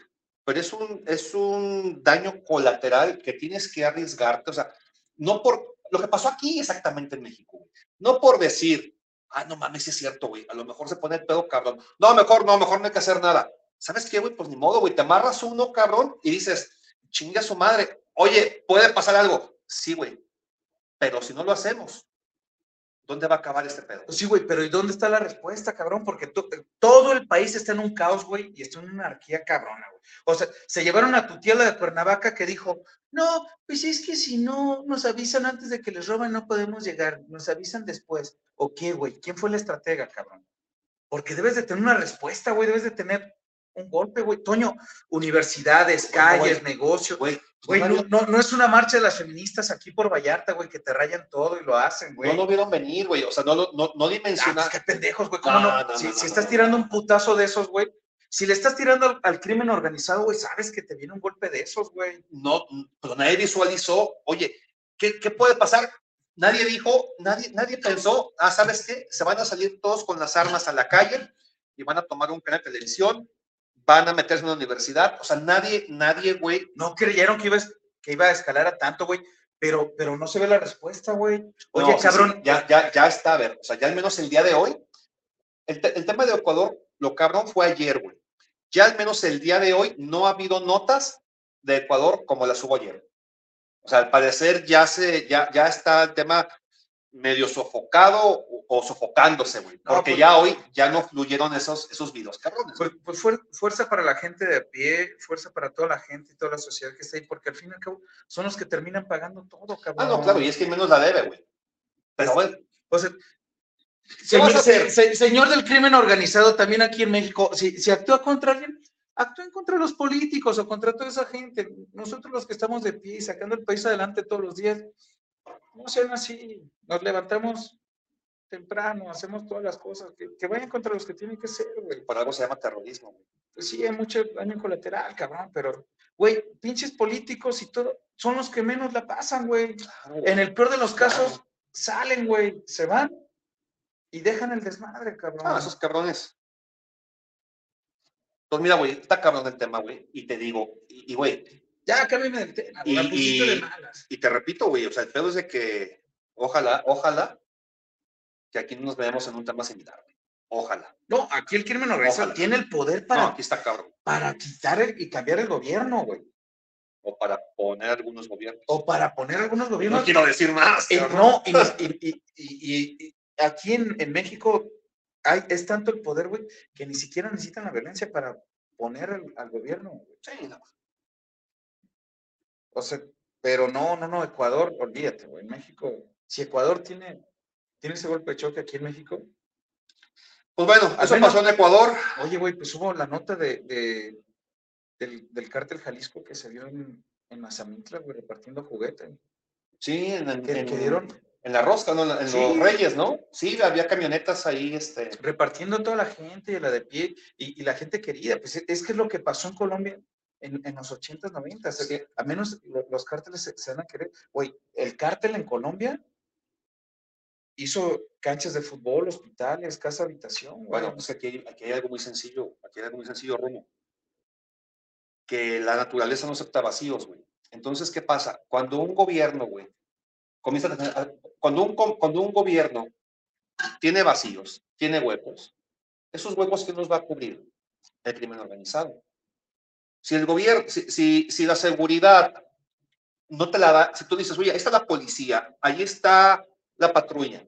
pero es un, es un daño colateral que tienes que arriesgarte, o sea, no por, lo que pasó aquí exactamente en México, güey, no por decir, ah, no mames, sí es cierto, güey, a lo mejor se pone el pedo cabrón, no, mejor no, mejor no hay que hacer nada. ¿Sabes qué, güey? Pues ni modo, güey, te amarras uno, cabrón, y dices, chinga su madre, oye, puede pasar algo. Sí, güey, pero si no lo hacemos, ¿dónde va a acabar este pedo?
Sí, güey, pero ¿y dónde está la respuesta, cabrón? Porque to- todo el país está en un caos, güey, y está en una anarquía cabrona, güey. O sea, se llevaron a tu tía la de Cuernavaca que dijo, no, pues es que si no nos avisan antes de que les roben, no podemos llegar, nos avisan después. ¿O qué, güey? ¿Quién fue la estratega, cabrón? Porque debes de tener una respuesta, güey, debes de tener un golpe, güey. Toño, universidades,
Bueno, güey.
calles, negocios.
Güey,
Güey,
no,
no, no, no es una marcha de las feministas aquí por Vallarta, güey, que te rayan todo y lo hacen, güey.
no lo vieron venir, güey. O sea, no, lo- no, no
Ah, pues
dimensionaron.
qué pendejos, güey. ¿Cómo
No,
no?
no,
si,
no,
si
no,
estás
no,
tirando
no.
un putazo de esos, güey. Si le estás tirando al, al crimen organizado, güey, sabes que te viene un golpe de esos, güey.
No, pero nadie visualizó, oye, ¿qué, qué puede pasar? Nadie dijo, nadie, nadie pensó, ah, ¿sabes qué? Se van a salir todos con las armas a la calle y van a tomar un canal de televisión, van a meterse en la universidad. O sea, nadie, nadie, güey.
No creyeron que iba, a es- que iba a escalar a tanto, güey. Pero, pero no se ve la respuesta, güey. Oye,
No, sí,
cabrón.
sí, ya, ya, ya está, a ver. O sea, ya al menos el día de hoy, el, te- el tema de Ecuador, lo cabrón fue ayer, güey. Ya al menos el día de hoy no ha habido notas de Ecuador como las hubo ayer. O sea, al parecer ya se, ya, ya está el tema medio sofocado o, o sofocándose, güey.
No,
Porque
pues-
ya hoy ya no fluyeron esos, esos videos, cabrones.
Pues, pues, fuer- fuerza para la gente de a pie, fuerza para toda la gente y toda la sociedad que está ahí, porque al fin y al cabo son los que terminan pagando todo,
Ah,
cabrón.
no, claro, y es que menos la debe, güey. Pero bueno,
O sea,
¿qué vas
señor,
a hacer?
se- señor del crimen organizado, también aquí en México, si, si actúa contra alguien, actúen contra los políticos o contra toda esa gente. Nosotros los que estamos de pie y sacando el país adelante todos los días, no sean así. Nos levantamos temprano, hacemos todas las cosas, que, que vayan contra los que tienen que ser, güey.
Por algo se llama terrorismo, güey.
Pues sí, hay mucho daño colateral, cabrón, pero, güey, pinches políticos y todo, son los que menos la pasan, güey.
Claro, güey.
En el peor de los casos, salen, güey, se van y dejan el desmadre, cabrón.
Ah, esos cabrones. Pues mira, güey, está cabrón el tema, güey. Y te digo, y y, güey,
Ya, cámbiame del tema, güey,
Y-
la pusiste
y-
de malas.
y te repito, güey, o sea, el pedo es de que ojalá, ojalá que aquí no nos veamos en un tema similar, güey. Ojalá.
No, aquí el crimen organizado
Ojalá.
tiene el poder
No,
para,
aquí está cabrón.
para quitar el- y cambiar el gobierno, güey,
O para poner algunos gobiernos.
o para poner algunos gobiernos.
No quiero decir más.
Eh,
cabrón.
no, y, y- y- y- y- y aquí en, en México hay, es tanto el poder, güey, que ni siquiera necesitan la violencia para poner al, al gobierno. güey.
Sí, no.
O sea, pero no, no, no, Ecuador, olvídate, güey. en México, si Ecuador tiene, tiene ese golpe de choque aquí en México,
Pues bueno,
Al
eso
menos-
pasó en Ecuador.
oye, güey, pues hubo la nota de, de- del, del cártel Jalisco que se vio en, en Mazamitla, güey, repartiendo juguetes.
Sí, en, en-
Que,
en-
que dieron
en la rosca, ¿no? En, la- en
Sí.
los Reyes, ¿no? Sí, había camionetas ahí, este.
repartiendo a toda la gente, la de pie, y, y la gente querida. Pues e- es que es lo que pasó en Colombia en, en los 80s, 90s. o sea,
Sí.
A menos lo- los cárteles se, se van a querer. Güey, el cártel en Colombia hizo canchas de fútbol, hospitales, casa habitación. güey.
Bueno, pues aquí hay, aquí hay algo muy sencillo, aquí hay algo muy sencillo, Romo. Que la naturaleza no acepta vacíos, güey. Entonces, ¿qué pasa? Cuando un gobierno, güey, comienza a tener- a- cuando un, co- cuando un gobierno tiene vacíos, tiene huecos, esos huecos, ¿qué nos va a cubrir? El crimen organizado. Si el gobierno, si, si, si la seguridad no te la da, si tú dices, oye, ahí está la policía, ahí está la patrulla,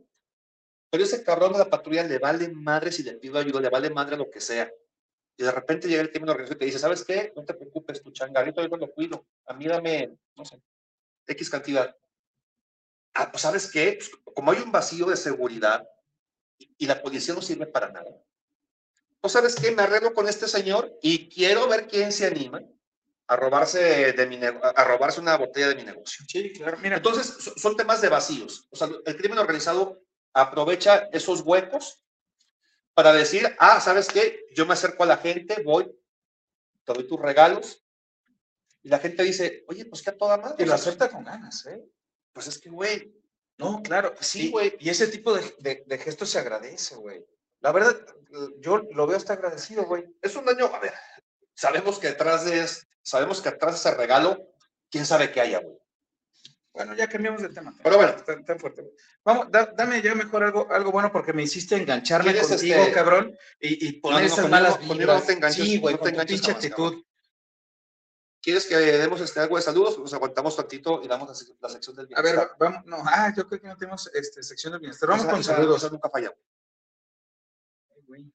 pero ese cabrón de la patrulla le vale madre si le pido ayuda, le vale madre lo que sea. Y de repente llega el crimen organizado y te dice, ¿sabes qué? No te preocupes, tu changarrito yo me lo cuido. A mí dame, no sé, X cantidad. Ah, pues ¿sabes qué? Pues, como hay un vacío de seguridad y, y la policía no sirve para nada. Pues ¿sabes qué? Me arreglo con este señor y quiero ver quién se anima a robarse, de mi nego- a robarse una botella de mi negocio.
sí, claro. Mira,
Entonces, so- son temas de vacíos. O sea, el crimen organizado aprovecha esos huecos para decir, ah, ¿sabes qué? Yo me acerco a la gente, voy, te doy tus regalos. Y la gente dice, oye, pues que a toda madre.
y lo
O sea,
acepta con ganas, ¿eh?
Pues es que, güey,
No, claro,
Sí,
sí,
güey.
güey. Y ese tipo de, de- de gestos se agradece, güey. La verdad, l- yo lo veo hasta agradecido, güey.
es un daño. A ver, sabemos que detrás de, es- sabemos que atrás de ese regalo, quién sabe qué haya, güey.
Bueno, ya cambiamos de tema.
Pero bueno,
tan, tan fuerte. Vamos, da- dame ya mejor algo, algo bueno porque me hiciste engancharme
¿Quieres,
contigo,
este,
cabrón, y, y poner
no,
esas
conmigo-
malas
conmigo
vibras.
no te enganches,
sí, güey,
no te
con tu
enganches
pinche
jamás,
actitud.
¿quieres que demos este, algo de saludos? Nos aguantamos tantito y damos la, sec- la sección del
A ver,
bienestar.
va- vamos, no, ah, yo creo que no tenemos este, sección del bienestar. Vamos
Esa-
con
esa-
saludos.
esa nunca falla.
Ay, güey.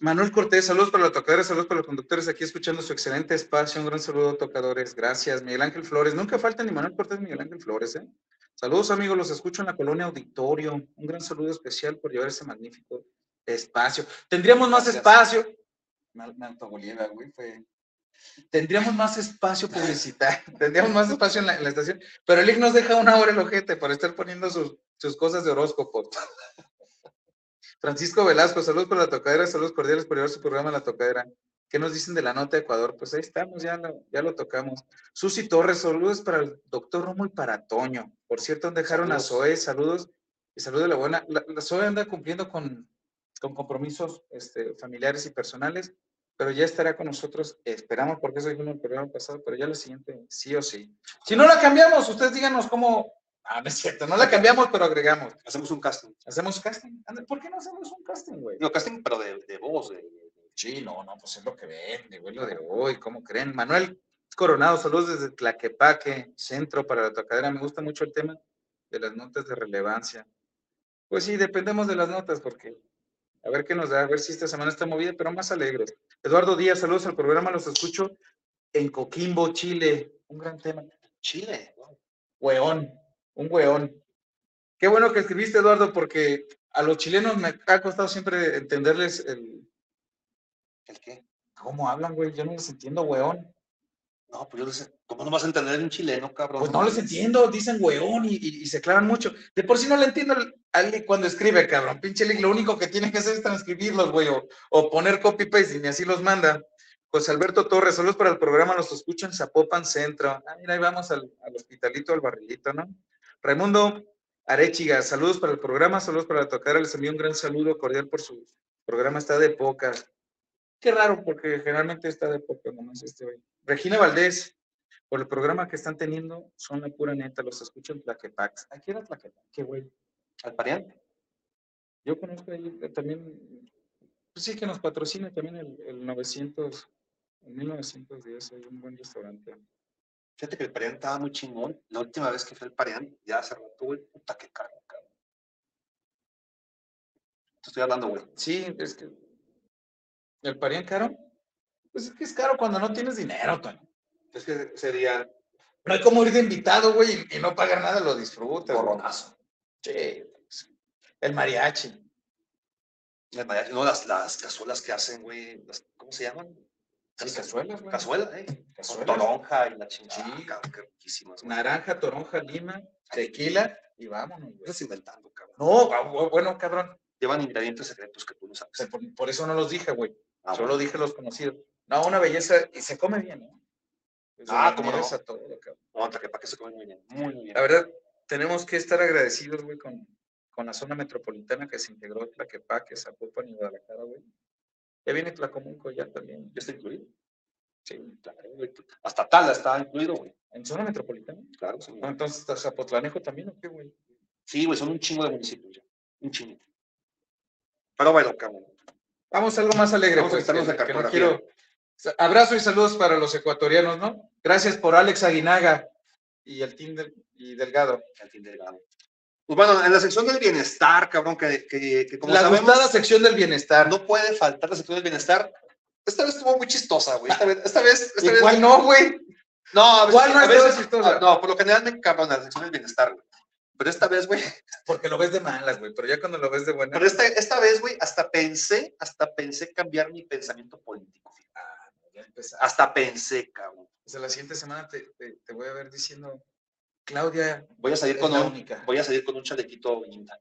Manuel Cortés, saludos para los tocadores, saludos para los conductores, aquí escuchando su excelente espacio, un gran saludo tocadores, gracias. Miguel Ángel Flores, nunca falta ni Manuel Cortés ni Miguel Ángel Flores, ¿eh? Saludos amigos, los escucho en la colonia Auditorio, un gran saludo especial por llevar ese magnífico espacio. Tendríamos más
Gracias.
espacio. Me, me autoboliera, güey, fue- Tendríamos más espacio publicitario, tendríamos más espacio en la, en la estación, pero el IC nos deja una hora el ojete para estar poniendo sus, sus cosas de horóscopo. Francisco Velasco, saludos por la tocadera, saludos cordiales por llevar su programa a la tocadera. ¿Qué nos dicen de la nota de Ecuador? Pues ahí estamos, ya lo, ya lo tocamos. Susi Torres, saludos para el doctor Romo y para Toño. Por cierto, dejaron a
Saludos.
Zoe, saludos y saludos de la buena. La, la Zoe anda cumpliendo con, con compromisos este, familiares y personales, pero ya estará con nosotros. Esperamos, porque eso dijimos en el programa pasado, pero ya lo siguiente, sí o sí. Si no la cambiamos, ustedes díganos cómo. Ah, no es cierto, no la cambiamos, pero agregamos.
Hacemos un casting.
Hacemos casting. Anda, ¿Por qué no hacemos un casting, güey?
Digo, casting, pero de, de voz, de,
Sí, no, no, pues es lo que vende, güey, lo de hoy, ¿cómo creen? Manuel Coronado, saludos desde Tlaquepaque, centro para la tocadera. Me gusta mucho el tema de las notas de relevancia. Pues sí, dependemos de las notas porque a ver qué nos da, a ver si esta semana está movida, pero más alegres. Eduardo Díaz, saludos al programa, los escucho en Coquimbo, Chile. Un gran tema. Chile, hueón, un hueón. Qué bueno que escribiste, Eduardo, porque a los chilenos me ha costado siempre entenderles el...
¿El qué?
¿Cómo hablan, güey? Yo no les entiendo, hueón.
No, pues yo les... ¿Cómo no vas a entender un chileno, cabrón?
Pues no les entiendo, dicen hueón y, y- y se clavan mucho. De por sí no le entiendo al- al Lick cuando escribe, cabrón. Pinche Lick, lo único que tiene que hacer es transcribirlos, güey, o, o poner copy-paste y ni así los manda. José Alberto Torres, saludos para el programa, los escucho en Zapopan Centro. Ah, mira, ahí vamos al, al hospitalito, al barrilito, ¿no? Raimundo Arechiga, saludos para el programa, saludos para tocar, les envío un gran saludo cordial por su programa, está de pocas. Qué raro, porque generalmente está de pocas nomás este güey. Regina Valdés, por el programa que están teniendo, son la pura neta, los escucho en Tlaquepax. Aquí era Tlaquepaque, güey.
Al pariente.
Yo conozco ahí eh, también, pues sí que nos patrocina también el, el 900, en 1910, hay un buen restaurante.
Fíjate que el pariente estaba muy chingón. La última vez que fui al pariente, ya hace rato, güey, puta que caro, cabrón. Te estoy hablando, güey.
Sí, es que, ¿el parían caro? Pues es que es caro cuando no tienes dinero, Toño.
Es que sería
No hay como ir de invitado, güey, y, y no pagar nada, lo disfrutas. güey.
borronazo.
Sí, pues, el mariachi.
El mariachi, No, las, las cazuelas que hacen, güey. las- ¿Cómo se llaman?
Sí,
Las-
cazuelas, güey.
Cazuela, eh. Con
Cazuelas.
toronja y la chingada. Ah,
Sí.
cabrón, qué riquísimas, güey.
Naranja, toronja, lima, tequila y vámonos, güey.
Estás inventando, cabrón.
No, ah, bu- bueno, cabrón.
Llevan ingredientes secretos que tú no
o sea,
sabes.
por, por eso no los dije, güey.
Ah,
Solo dije los conocidos. No, una belleza y se come bien, ¿no? Es de
Ah,
las
cómo
nieves
no.
a todo, cabrón.
No, que para que se comen muy bien. Muy, muy bien.
La verdad, tenemos que estar agradecidos, güey, con, con la zona metropolitana que se integró Tlaquepaque, Zapopan y Guadalajara, güey. Ya viene Tlacomunco ya también.
¿Ya está incluido?
Sí,
Claro, güey. Hasta Tala está incluido, güey.
en zona metropolitana.
Claro, sí.
No, entonces, ¿está Zapotlanejo también o qué, güey?
Sí, güey, son un chingo de municipios ya. Un chingo. Pero bueno, cabrón.
Vamos a algo más alegre.
Vamos a
pues,
quitarnos
que-
la
que no
cartografía.
quiero- Sa- Abrazo y saludos para los ecuatorianos, ¿no? Gracias por Alex Aguinaga y el team del- y Delgado.
Cantín delgado. Pues bueno, en la sección del bienestar, cabrón, que, que, que como
la
sabemos,
gustada sección del bienestar.
no puede faltar la sección del bienestar. Esta vez estuvo muy chistosa, güey. Esta vez, esta vez, esta
¿Y
vez-
cuál no, güey?
No, a veces,
¿Cuál no
a
estuvo
veces-
chistosa?
ah, no, por lo general me encabrona la sección del bienestar, güey. Pero esta vez, güey,
Porque lo ves de malas, güey, pero ya cuando lo ves de buenas.
pero esta, esta vez, güey, hasta pensé, hasta pensé cambiar mi pensamiento político. fíjate.
Ah, ya empezaste.
Hasta pensé, cabrón.
O sea, la siguiente semana te, te- te voy a ver diciendo, Claudia,
Voy a salir
Es
con
la
un,
única.
voy a salir con un chalequito guinda.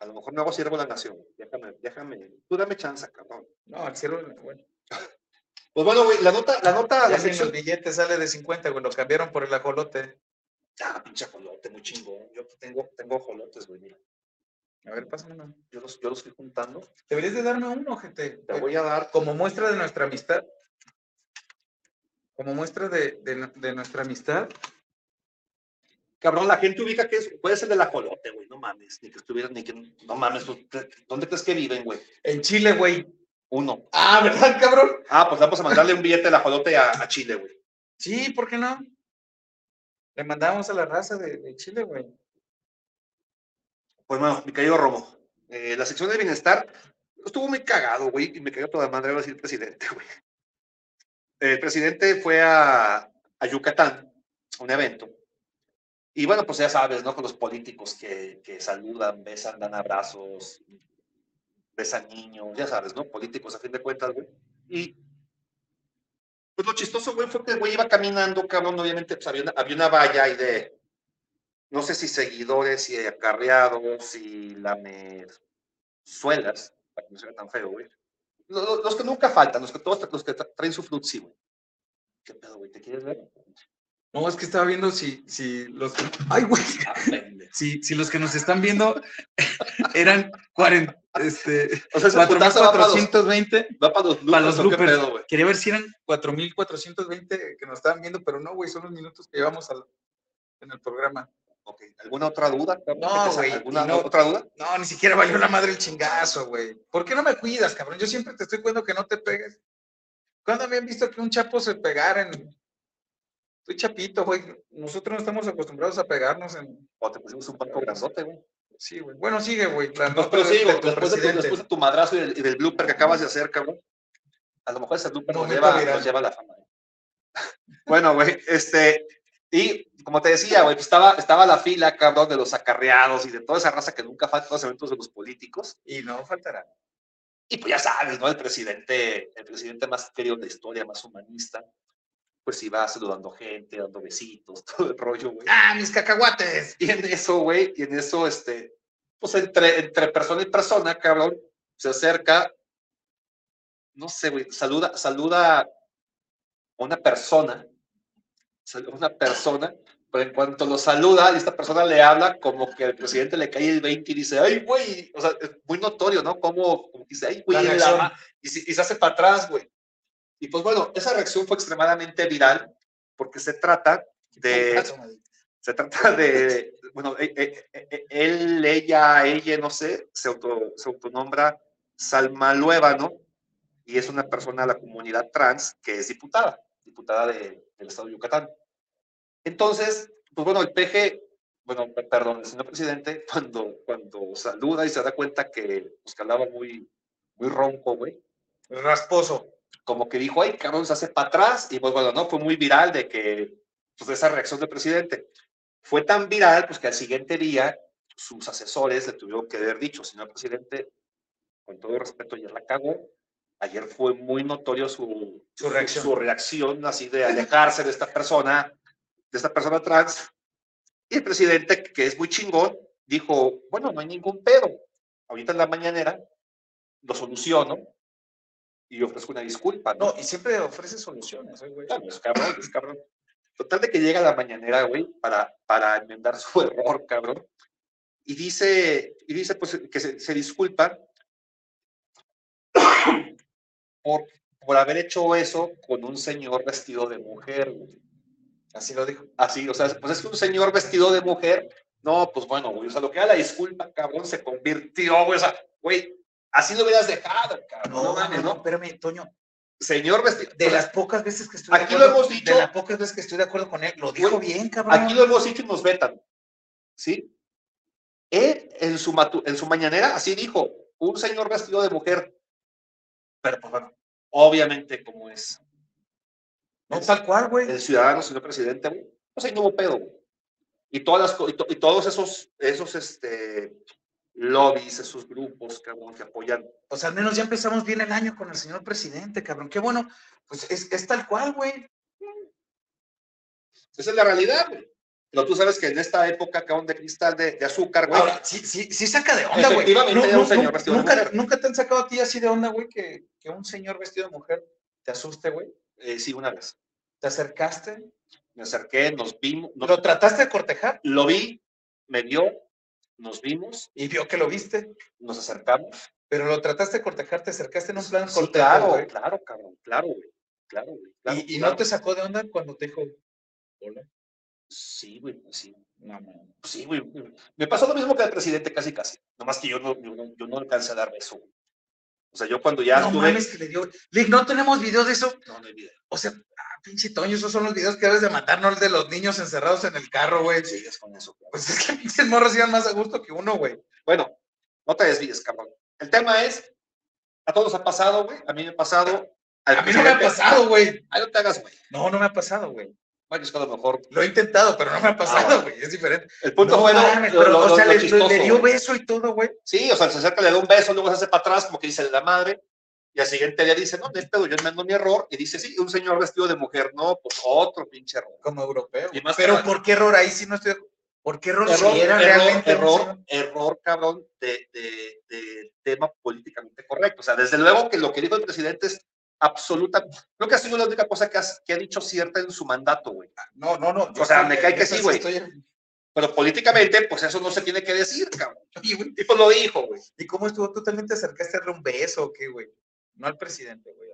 A lo mejor me hago siervo de la nación. Déjame, déjame. Tú dame chance, cabrón.
no, al cielo, de la- bueno.
Pues bueno, güey, la nota, la nota,
Ya
la
ni los
sección.
billetes sale de 50, güey, lo cambiaron por el ajolote.
Ah, pinche ajolote, muy chingón. Yo tengo, tengo ajolotes, güey, mira.
A ver, pásame uno.
Yo los, yo los fui juntando.
Deberías de darme uno, gente.
Te voy a dar.
como muestra de nuestra amistad, como muestra de, de- de nuestra amistad,
Cabrón, la gente ubica que es, puede ser del ajolote, güey, no mames. Ni que estuvieran, ni que. No mames, tú- ¿dónde crees que viven, güey?
en Chile, güey.
Uno.
Ah, ¿verdad, cabrón?
Ah, pues vamos a mandarle un billete del ajolote a, a Chile, güey.
Sí, ¿por qué no? Le mandábamos a la raza de, de Chile, güey.
Pues bueno, mi querido Romo, eh, la sección de bienestar estuvo muy cagado, güey, y me cayó toda madre ahora sí el presidente, güey. El presidente fue a, a Yucatán, a un evento. Y bueno, pues ya sabes, ¿no? Con los políticos que, que saludan, besan, dan abrazos, besan niños, ya sabes, ¿no? Políticos a fin de cuentas, güey. Y pues lo chistoso, güey, fue que el güey iba caminando, cabrón, obviamente, pues había una, había una valla ahí de, no sé si seguidores y acarreados y lamezuelas, para que no se vea tan feo, güey. Lo- lo- Los, que nunca faltan, los que todos los que tra- traen su frutzi, güey. ¿Qué pedo, güey? ¿Te quieres ver?
No, es que estaba viendo si, si los. Ay, güey.
Ah, pendejo.
Si, si los que nos están viendo eran 40, este,
O sea, ese putazo va para los,
4.420.
va para los
Para los
bloopers, ¿o ¿Qué
bloopers.
pedo, güey?
Quería ver si eran 4.420 que nos estaban viendo, pero no, güey, son los minutos que llevamos al- en el programa.
Ok, ¿Alguna otra duda?
No, güey,
¿Alguna
y no.
otra duda?
No, ni siquiera valió la madre el chingazo, güey. ¿Por qué no me cuidas, cabrón? Yo siempre te estoy cuidando que no te pegues. ¿Cuándo habían visto que un chapo se pegara en... Tú chapito, güey. Nosotros no estamos acostumbrados a pegarnos en...
O te pusimos un barco grasote, güey.
Sí, güey. Bueno, sigue, güey. La
No,
nota
pero
del-
sí, digo,
del
después, de tu,
presidente.
después de tu madrazo y del, y del blooper que acabas de hacer, cabrón. A lo mejor ese blooper nos
Momento
lleva,
viral.
nos lleva a la fama. ¿eh? güey. bueno, güey, este. Y como te decía, güey, pues estaba, estaba la fila, cabrón, de los acarreados y de toda esa raza que nunca falta en los eventos de los políticos.
Y no faltará.
Y pues ya sabes, ¿no? El presidente, el presidente más querido de la historia, más humanista, pues iba saludando gente, dando besitos, todo el rollo, güey.
¡Ah, mis cacahuates!
Y en eso, güey, y en eso, este, pues entre, entre persona y persona, cabrón, se acerca, no sé, güey, saluda, saluda a una persona, saluda a una persona, pero en cuanto lo saluda, y esta persona le habla, como que el presidente le cae el 20 y dice, ay, güey, o sea, es muy notorio, ¿no? Como, como que dice, ay, güey,
La
en la
reacción.
ma- y, se- y se hace para atrás, güey. Y pues bueno, esa reacción fue extremadamente viral, porque se trata de... Se trata de, bueno, e- e- e- e- él, ella, ella, no sé, se, auto, se autonombra Salma Luébano y es una persona de la comunidad trans que es diputada, diputada de- del estado de Yucatán. Entonces, pues bueno, el PG, bueno, pe- perdón, el señor presidente, cuando, cuando saluda y se da cuenta que, pues, que hablaba muy, muy ronco, güey,
Rasposo.
como que dijo, ay, cabrón, se hace para atrás, y pues bueno, no, fue muy viral de que, pues de esa reacción del presidente. Fue tan viral, pues que al siguiente día sus asesores le tuvieron que haber dicho, señor presidente, con todo respeto, ayer la cagó, ayer fue muy notorio su,
Su reacción.
su reacción así de alejarse de esta persona, de esta persona trans, y el presidente, que es muy chingón, dijo, bueno, no hay ningún pedo, ahorita en la mañanera lo soluciono y ofrezco una disculpa, ¿no?
No, y siempre ofrece soluciones, eh, güey.
Claro, es cabrón, es cabrón. Total de que llega la mañanera, güey, para, para enmendar su error, cabrón. Y dice, y dice pues, que se, se disculpa por, por haber hecho eso con un señor vestido de mujer, güey.
Así lo dijo.
Así, o sea, pues es que un señor vestido de mujer, no, pues bueno, güey, o sea, lo que era la disculpa, cabrón, se convirtió, güey, o sea, güey, así lo hubieras dejado, cabrón, no, mames, ¿no?
espérame, Toño.
Señor vestido,
De las pocas veces que estoy de
Aquí
acuerdo,
lo hemos dicho.
De las pocas veces que estoy de acuerdo con él. Lo dijo
Güey,
bien, cabrón.
Aquí lo hemos dicho y nos vetan. ¿Sí? Él en su, matu- en su mañanera así dijo, un señor vestido de mujer. Pero pues bueno, obviamente como es
No, tal cual, güey.
el ciudadano, señor presidente, güey, pues ahí no hubo pedo. güey. Y, todas las, co- y, to- y todos esos, esos este, lobbies, esos grupos cabrón, que apoyan.
O sea, al menos ya empezamos bien el año con el señor presidente, cabrón. Qué bueno. Pues es, es tal cual, güey.
Esa es la realidad, güey. Pero tú sabes que en esta época, cabrón, de cristal, de, de azúcar, güey.
Ahora, sí, sí, sí saca de onda, güey.
Efectivamente, era un señor vestido de
nunca,
mujer.
nunca te han sacado a ti así de onda, güey, que, que un señor vestido de mujer te asuste, güey.
eh, sí, una vez.
Te acercaste.
Me acerqué, nos vimos. nos-
Lo trataste de cortejar
lo vi, me vio, nos vimos,
y vio que lo viste.
nos acercamos.
Pero lo trataste de cortejar, te acercaste en un plan
Sí,
cortejo,
claro,
güey.
claro, cabrón, claro, güey, claro, güey. claro,
y y
claro.
no te sacó de onda cuando te dijo, hola.
Sí, güey, sí,
No, man.
sí, güey. güey. Me pasó lo mismo que al presidente, casi, casi. Nomás que yo no, yo no, yo no alcancé a dar beso. güey. O sea, yo cuando ya
no
estuve.
mames que le dio. Lick, no tenemos video de eso.
No, no hay video.
O sea, ah, pinche Toño, esos son los videos que debes de matar, no el de los niños encerrados en el carro, güey.
Sigues con eso. güey.
Pues es que pinches morros iban más a gusto que uno, güey.
Bueno, no te desvíes, cabrón. El tema es: a todos ha pasado, güey. A mí me ha pasado. al
A mí no me ha
presidente-
pasado, güey.
Ay, no te hagas, güey.
No, no me ha pasado, güey.
Bueno, es que a lo mejor.
Lo he intentado, pero no me ha pasado,
bueno.
güey. Es diferente.
El punto
no,
fue. lo-
mames,
lo-
pero,
lo-
o sea,
lo
le, le
chistoso,
dio
güey.
beso y todo, güey.
Sí, o sea, se acerca, le da un beso, luego se hace para atrás, como que dice la madre, y al siguiente día dice, no, no es pedo, yo enmendo mi error, y dice, sí, un señor vestido de mujer, no, pues otro pinche error.
Como europeo.
Y más
pero
para-
¿por qué error ahí si no estoy. de acuerdo? ¿Por qué error,
Error,
si era
error,
realmente un
error,
señor?
error, cabrón, de, de- de tema políticamente correcto. O sea, desde luego que lo que dijo el presidente es absoluta, creo que ha sido la única cosa que, has- que ha dicho cierta en su mandato, güey.
No, no, no. yo
O sea,
estoy-
me cae que
yo
sí,
estoy-
güey.
estoy-
Pero políticamente, pues eso no se tiene que decir, cabrón.
Y, güey,
Y pues lo dijo, güey.
¿Y cómo estuvo? ¿Tú también te acercaste a darle un beso o qué, güey? No al presidente, güey.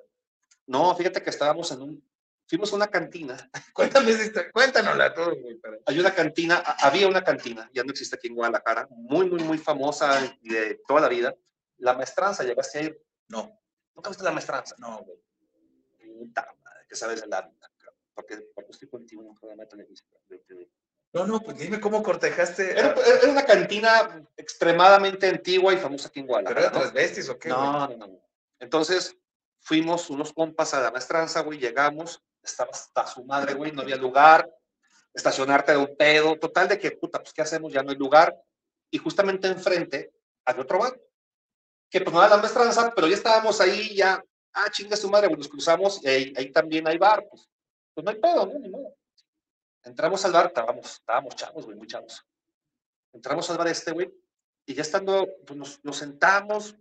No, fíjate que estábamos en un, fuimos a una cantina,
Cuéntame esa historia, cuéntanosla tú, güey. para-
hay una cantina, a- había una cantina, ya no existe aquí en Guadalajara, muy, muy, muy famosa y de toda la vida. La maestranza, llegaste a ir.
No,
¿Nunca viste la maestranza?
no, güey.
Puta madre, que sabes de la vida, cabrón. Porque, porque estoy contigo en un programa de televisión. de- de-
No, no, pues dime cómo cortejaste.
Era,
a-
era una cantina extremadamente antigua y famosa aquí en
¿Pero era
Guadalajara. ¿no?
transvestis o qué? güey?
No, no, no. Entonces, fuimos unos compas a la maestranza, güey, llegamos, estaba hasta su madre, güey, no había lugar, estacionarte de un pedo, total de que, puta, pues, ¿qué hacemos? Ya no hay lugar. Y justamente enfrente había otro bar, que pues no era la maestranza, pero ya estábamos ahí, ya, ah, chinga su madre, güey, nos cruzamos, y ahí, ahí también hay bar, pues, pues no hay pedo, ¿no? Ni modo. Entramos al bar, estábamos, estábamos chavos, güey, muy chavos. Entramos al bar este, güey, y ya estando, pues nos, nos sentamos,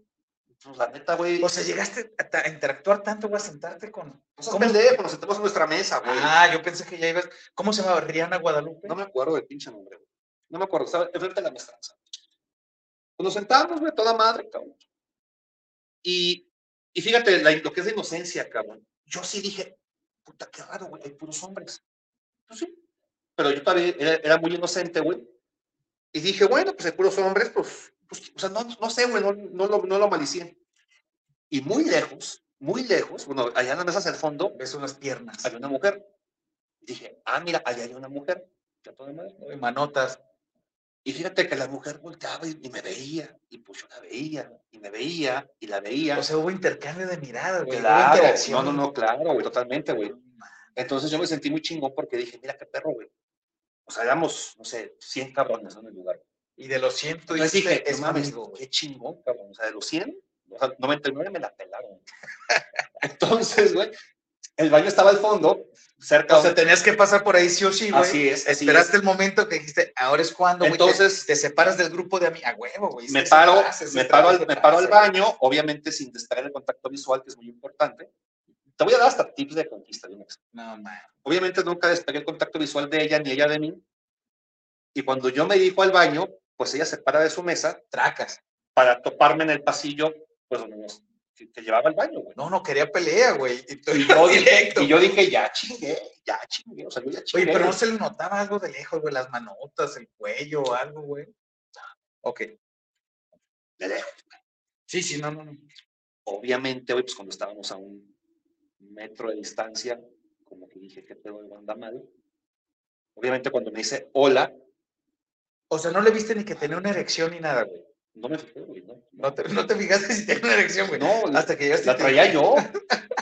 pues la neta, güey.
O sea, llegaste a, ta- a interactuar tanto, güey, a sentarte con.
Pues un
¿Cómo?
pendejo, nos sentamos en nuestra mesa, güey.
Ah, yo pensé que ya ibas. ¿Cómo se llamaba? Rihanna Guadalupe.
No me acuerdo del pinche nombre, güey. No me acuerdo, estaba enfrente de la maestranza. Pues nos sentamos, güey, toda madre, cabrón. Y, y fíjate la- lo que es la inocencia, cabrón. Yo sí dije, puta, qué raro, güey, hay puros hombres. Pues sí. Pero yo todavía era, era muy inocente, güey. Y dije, bueno, pues hay puros hombres, pues, pues, o sea, no, no sé, güey, no, no lo, no lo malicé. Y muy lejos, muy lejos, bueno, allá en la mesa hacia el fondo,
Ves unas piernas.
había una mujer. Dije, ah, mira, allá hay una mujer. Ya todo mal.
güey, Manotas.
Y fíjate que la mujer volteaba y, y me veía, y pues yo la veía, y me veía, y la veía.
O sea, hubo intercambio de miradas, güey. hubo
claro, no,
interacción.
no, no, claro, güey, totalmente, güey. Entonces yo me sentí muy chingón porque dije, mira qué perro, güey. O sea, éramos, no sé, 100 cabrones ¿no? en el lugar.
Y de los cientos
Entonces dije,
es
es mames,
amigo, güey.
qué chingón, cabrón. O sea, de los 100, o sea, 99 me la pelaron. Entonces, güey, el baño estaba al fondo, cerca
O sea,
donde-
tenías que pasar por ahí sí o sí, güey.
Así es, así
Esperaste
es.
el momento que dijiste, ahora es cuando, güey,
Entonces-
te, te separas del grupo de amigos. A huevo, güey.
me
es que se
paro,
pasa, ese
me paro, al,
trabajo
me
te
paro al
pasa.
baño, obviamente sin destacar el contacto visual, que es muy importante. Te voy a dar hasta tips de conquista. de una vez.
No, man.
Obviamente nunca destaqué el contacto visual de ella ni ella de mí. Y cuando yo me dirijo al baño, pues ella se para de su mesa
Tracas.
para toparme en el pasillo, pues donde nos- que, que llevaba al baño, güey.
No, no, quería pelea, güey. Y tú
Y
ibas
yo, dije,
directo.
y yo dije, ya chingué, ya chingué. O sea, yo ya chingué.
Oye, pero no
güey.
se le notaba algo de lejos, güey, las manotas, el cuello, o algo, güey. Ok.
De lejos.
Sí, sí, no, no, no.
Obviamente, hoy, pues cuando estábamos a un metro de distancia, como que dije, ¿qué pedo de anda mal? Obviamente, cuando me dice hola,
O sea, no le viste ni que tenía una erección ni nada, güey.
no me fijé, güey, ¿no?
No te, no te fijaste si tenía una erección, güey.
No, la,
Hasta que llegaste.
la
y te-
traía yo.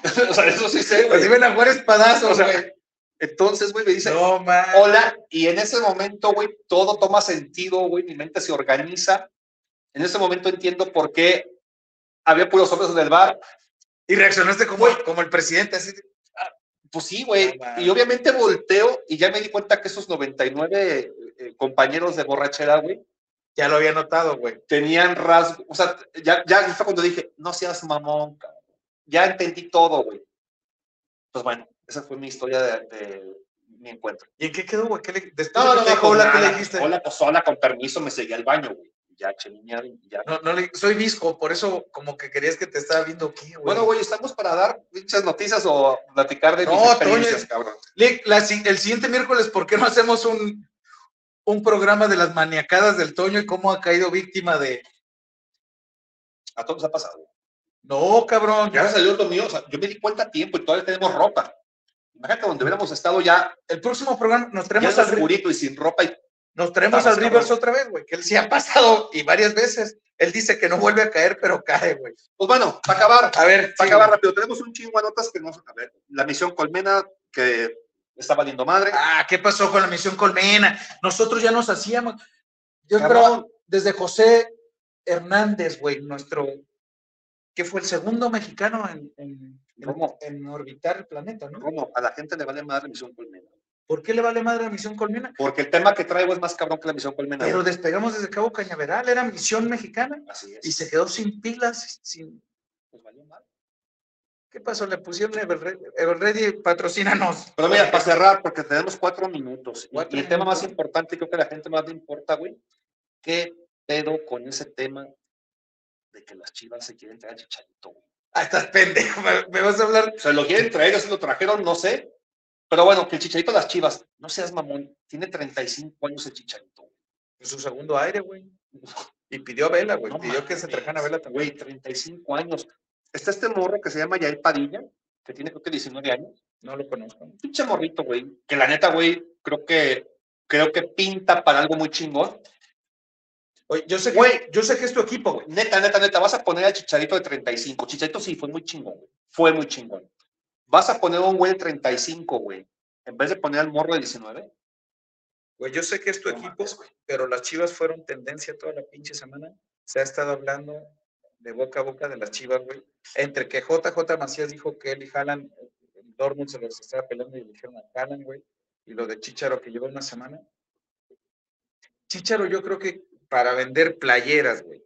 o sea, eso sí sé,
Pues
güey.
iban a jugar espadazos,
O sea,
güey. "Oh,
Entonces, güey, me dice
No, man.
hola, y en ese momento, güey, todo toma sentido, güey, mi mente se organiza. En ese momento entiendo por qué había puros hombres en el bar.
Y reaccionaste como,
Güey.
como el presidente, así.
Pues sí, güey.
No, man.
y obviamente volteo y ya me di cuenta que esos 99 eh, compañeros de borrachera, güey,
Ya lo había notado, güey.
tenían rasgo, o sea, ya, ya fue cuando dije, no seas mamón, cabrón. ya entendí todo, güey. Pues bueno, esa fue mi historia de, de mi encuentro.
¿Y en qué quedó, güey? ¿Qué le... Después
No, no,
de
no,
que te
no,
dijo
pues
hola, ¿qué
nada.
le dijiste?
Hola, pues hola, con permiso, me seguí al baño, güey. Ya, chemiña, ya.
No, no le... Soy visco, por eso como que querías que te estaba viendo aquí, güey.
bueno, güey, estamos para dar pinches noticias o platicar de
No,
mis
Toño.
experiencias, cabrón.
Lick, la si- el siguiente miércoles, ¿por qué no hacemos un, un programa de las maniacadas del Toño y cómo ha caído víctima de...
A todos nos ha pasado.
No, cabrón.
Gracias a Dios lo mío, o sea, yo me di cuenta a tiempo y todavía tenemos ropa. Imagínate donde hubiéramos estado ya,
El próximo programa nos
ya
traemos al, Ri-
oscurito y sin ropa y
nos traemos al
Estamos,
Rivers
cabrón.
otra vez, güey, que él sí ha pasado y varias veces. Él dice que no vuelve a caer, pero cae, güey.
Pues bueno, para acabar,
A ver,
para
sí,
acabar
güey.
rápido, tenemos un chingo de notas que no. A ver, la misión Colmena, que está valiendo madre.
Ah, ¿qué pasó con la misión Colmena? Nosotros ya nos hacíamos. Yo
Cabrón.
esperaba desde José Hernández, güey, nuestro. que fue el segundo mexicano en, en, en-
Romo.
en orbitar el planeta, ¿no?
Romo, a la gente le vale madre misión Colmena.
¿Por qué le vale madre la misión Colmena?
Porque el tema que traigo es más cabrón que la misión Colmena.
Pero
güey.
despegamos desde Cabo Cañaveral, era misión mexicana
Así es.
y se quedó sin pilas, sin.
Pues valió madre.
¿Qué pasó? Le pusieron Everready, Everready patrocínanos.
Pero mira, para cerrar, porque tenemos cuatro minutos. y-
Cuatro
y el tema más
minutos.
importante, creo que a la gente más le importa, güey. ¿Qué pedo con ese tema de que las chivas se quieren traer a Chicharito? güey?
Ah, estás pendejo, me, me vas a hablar.
Se lo quieren traer, o se lo trajeron, no sé. Pero bueno, que el Chicharito a las chivas, no seas mamón, tiene 35 años el Chicharito. güey.
En Pues su segundo aire, güey. Y pidió a Vela, güey.
No
pidió que se
mames,
trajeran a Vela también.
Güey, 35 años. Está este morro que se llama Yael Padilla, que tiene creo que 19 años.
No lo conozco.
Pinche morrito, güey. Que la neta, güey, creo que, creo que pinta para algo muy chingón.
Oye, yo sé que,
Güey.
yo sé que es tu equipo, güey.
Neta, neta, neta, vas a poner al Chicharito de 35. Chicharito sí, fue muy chingón, güey. Fue muy chingón. Vas a poner a un güey de 35, güey. En vez de poner al morro de 19.
Güey, yo sé que es tu
No
equipo,
mames, güey.
pero las chivas fueron tendencia toda la pinche semana. Se ha estado hablando de boca a boca de las chivas, güey. Entre que JJ Macías dijo que él y Haaland, eh, el Dortmund se los estaba peleando y le dijeron a Haaland, güey. Y lo de Chicharo que lleva una semana. Chicharo, yo creo que para vender playeras, güey.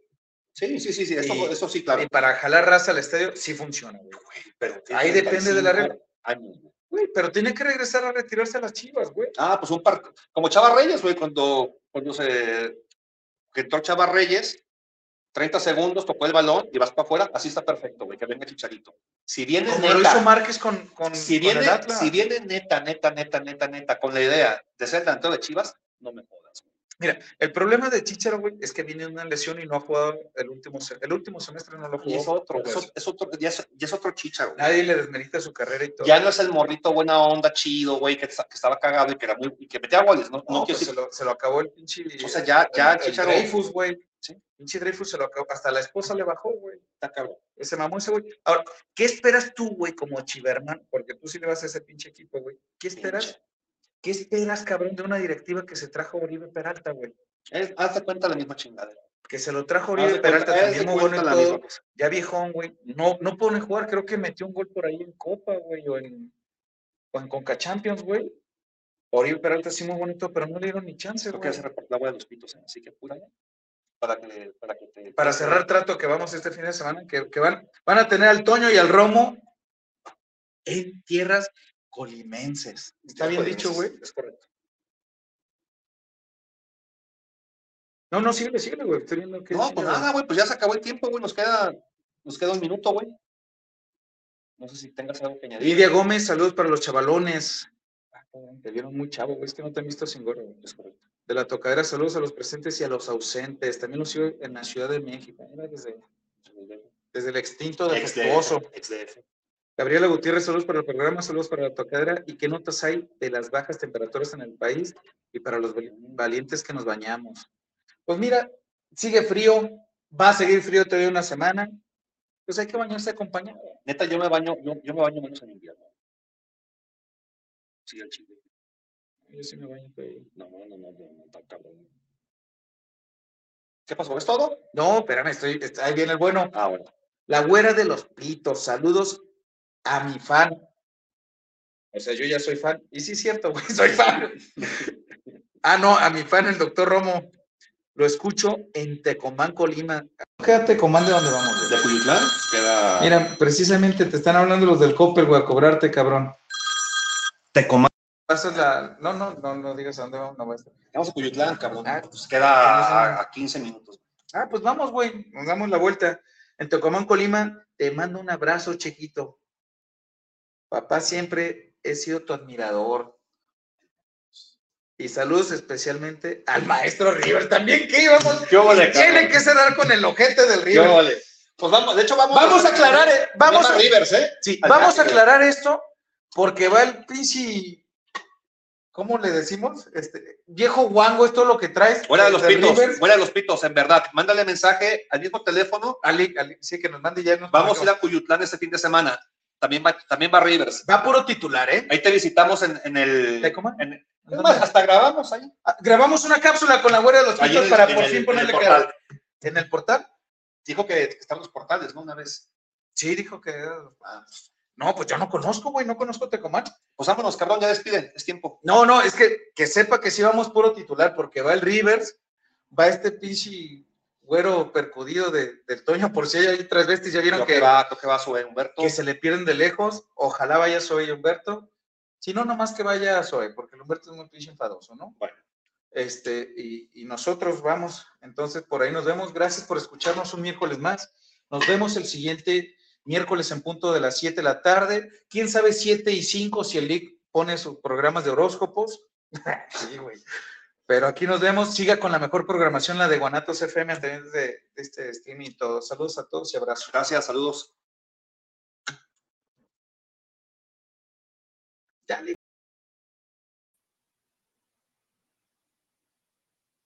Sí, sí, sí, sí. Eso,
Y-
eso sí, claro.
Y para jalar raza al estadio, sí funciona, güey.
Pero
Ahí depende de la
35
regla.
años, güey.
Güey, pero tiene que regresar a retirarse a las chivas, güey.
Ah, pues un par. Como Chava Reyes, güey, cuando, cuando se. Que entró Chava Reyes, 30 segundos, tocó el balón y vas para afuera. Así está perfecto, güey. Que venga Chicharito. Si vienes
Como lo
neta-
hizo Márquez con, con,
si
Pues, con
viene,
el Atlas.
si viene neta, neta, neta, neta, neta, con la idea de ser delantero de Chivas, no me jodas. güey.
Mira, el problema de Chicharo, güey, es que viene una lesión y no ha jugado el último, se- el último semestre, no lo
Y es
jugó.
otro,
pues.
es, es otro, ya es, ya es otro chicharo. güey.
Nadie le desmerita su carrera y todo.
Ya no es el morrito buena onda, chido, güey, que, sa- que estaba cagado y que era muy, y que metía goles, ¿no?
no,
No,
pues
quiero
se,
decir-
lo, se lo acabó el pinche.
o sea, ya, ya
el, el
Chicharo
Dreyfus, güey.
Sí.
Pinche Dreyfus se lo acabó. Hasta la esposa le bajó, güey.
está cabrón.
Ese mamón ese güey. Ahora, ¿qué esperas tú, güey, como Chiverman? Porque tú sí le vas a ese pinche equipo, güey. ¿Qué esperas?
Pinche.
¿Qué esperas, cabrón, de una directiva que se trajo Oribe Peralta, güey?
Es- hazte cuenta la misma chingadera.
Que se lo trajo
Haz
Oribe
de cuenta-
Peralta
haz de
también muy bueno
cuenta
y
la
todo.
misma pues, cosa.
ya viejón, güey, no, no pone a jugar, creo que metió un gol por ahí en Copa, güey, o en, o en Conca Champions, güey. Oribe Peralta sí muy bonito, pero no le dieron ni chance,
Creo que
güey.
ya se reportó la hueá de los pitos, ¿eh? así que apúrale para que, para que te-
Para cerrar trato que vamos este fin de semana, que, que van, van a tener al Toño y al Romo en tierras colimenses. Está bien dicho, güey.
Es correcto.
No, no, síguele, síguele, güey. Estoy viendo que.
No, pues nada, güey, pues ya se acabó el tiempo, güey. Nos queda, nos queda un minuto, güey. No sé si tengas algo que añadir.
Lidia Gómez, saludos para los chavalones. Ah, cabrón, Te vieron muy chavo, güey. Es que no te han visto sin gorro, güey.
Es correcto.
de la tocadera, saludos a los presentes y a los ausentes. También los sigo en la Ciudad de México. Mira, desde, desde el extinto de Festuoso.
XDF.
Gabriela Gutiérrez, saludos para el programa, saludos para la tocadera. ¿Y qué notas hay de las bajas temperaturas en el país y para los vali- valientes que nos bañamos? Pues mira, sigue frío, va a seguir frío todavía una semana. Pues hay que bañarse acompañado.
Neta, yo me baño, yo, yo me baño menos en invierno. Sí, el chile.
Yo sí me baño todavía.
No, no, no, no, no, no, tan cabrón. ¿Qué pasó? ¿Es todo?
No, espérame, estoy, est- ahí viene el bueno.
Ah, bueno.
La güera de los pitos, saludos a mi fan. O sea, yo ya soy fan. Y sí, es cierto, güey, soy fan. ah, no, a mi fan, el doctor Romo. Lo escucho en Tecomán, Colima. Quédate Tecomán de donde vamos, güey.
¿De Cuyutlán? Queda.
Mira, precisamente te están hablando los del Coppel, güey, a cobrarte, cabrón.
Tecomán.
Pasas la. No, no, no, no digas a dónde vamos, no va a estar.
Vamos a Cuyutlán, cabrón.
Ah,
Pues queda a, a 15 minutos.
Ah, pues vamos, güey, nos damos la vuelta. En Tecomán, Colima, te mando un abrazo, chiquito. Papá, siempre he sido tu admirador. Y saludos especialmente al maestro River. También que íbamos.
Yo vale,
Tiene que cerrar con el ojete del River.
Yo vale. Pues vamos, de hecho, vamos.
Vamos a aclarar, eh, vamos
Mata
a-
Rivers, ¿eh?
Sí,
Al
vamos a
River.
aclarar esto porque va el pinche. ¿Cómo le decimos? Este, viejo guango, esto es lo que traes.
Fuera de los
desde
pitos,
River.
fuera de los pitos, en verdad. Mándale mensaje al mismo teléfono.
Ali- Ali- sí, que nos mande ya. nos
Vamos a ir
marcamos.
a Cuyutlán este fin de semana. También va, también va Rivers.
Va puro titular, ¿eh?
Ahí te visitamos en, en el.
Tecomán.
en- es más, hasta grabamos ahí.
Ah, Grabamos una cápsula con la güera de los
Ahí
pitos
en-
para
en
por
el- en
fin
el
ponerle
portal.
cara. ¿En el portal?
Dijo que, que están los portales, ¿no? Una vez.
Sí, dijo que.
Ah,
No, pues yo no conozco, güey, no conozco Tecomán.
Pues vámonos, cabrón, ya despiden. Es tiempo.
No, no, es que, que sepa que sí vamos puro titular, porque va el Rivers, va este pinche güero percudido de, del Toño, por si hay ahí tres bestias, ya vieron
Creo que
que,
va, creo que va a subir Humberto.
que se le pierden de lejos. Ojalá vaya Zoe y Humberto. Si no, nomás que vaya Zoe, porque el Humberto es muy pinche enfadoso, ¿no?
Bueno.
Este, y, y nosotros vamos. Entonces, por ahí nos vemos. Gracias por escucharnos un miércoles más. Nos vemos el siguiente miércoles en punto de las 7 de la tarde. Quién sabe 7 y 5 si el LIC pone sus programas de horóscopos. sí, güey. Pero aquí nos vemos. Siga con la mejor programación, la de Guanatos FM, a través de, de este streaming y todo. Saludos a todos y abrazos.
Gracias, saludos.
Dale,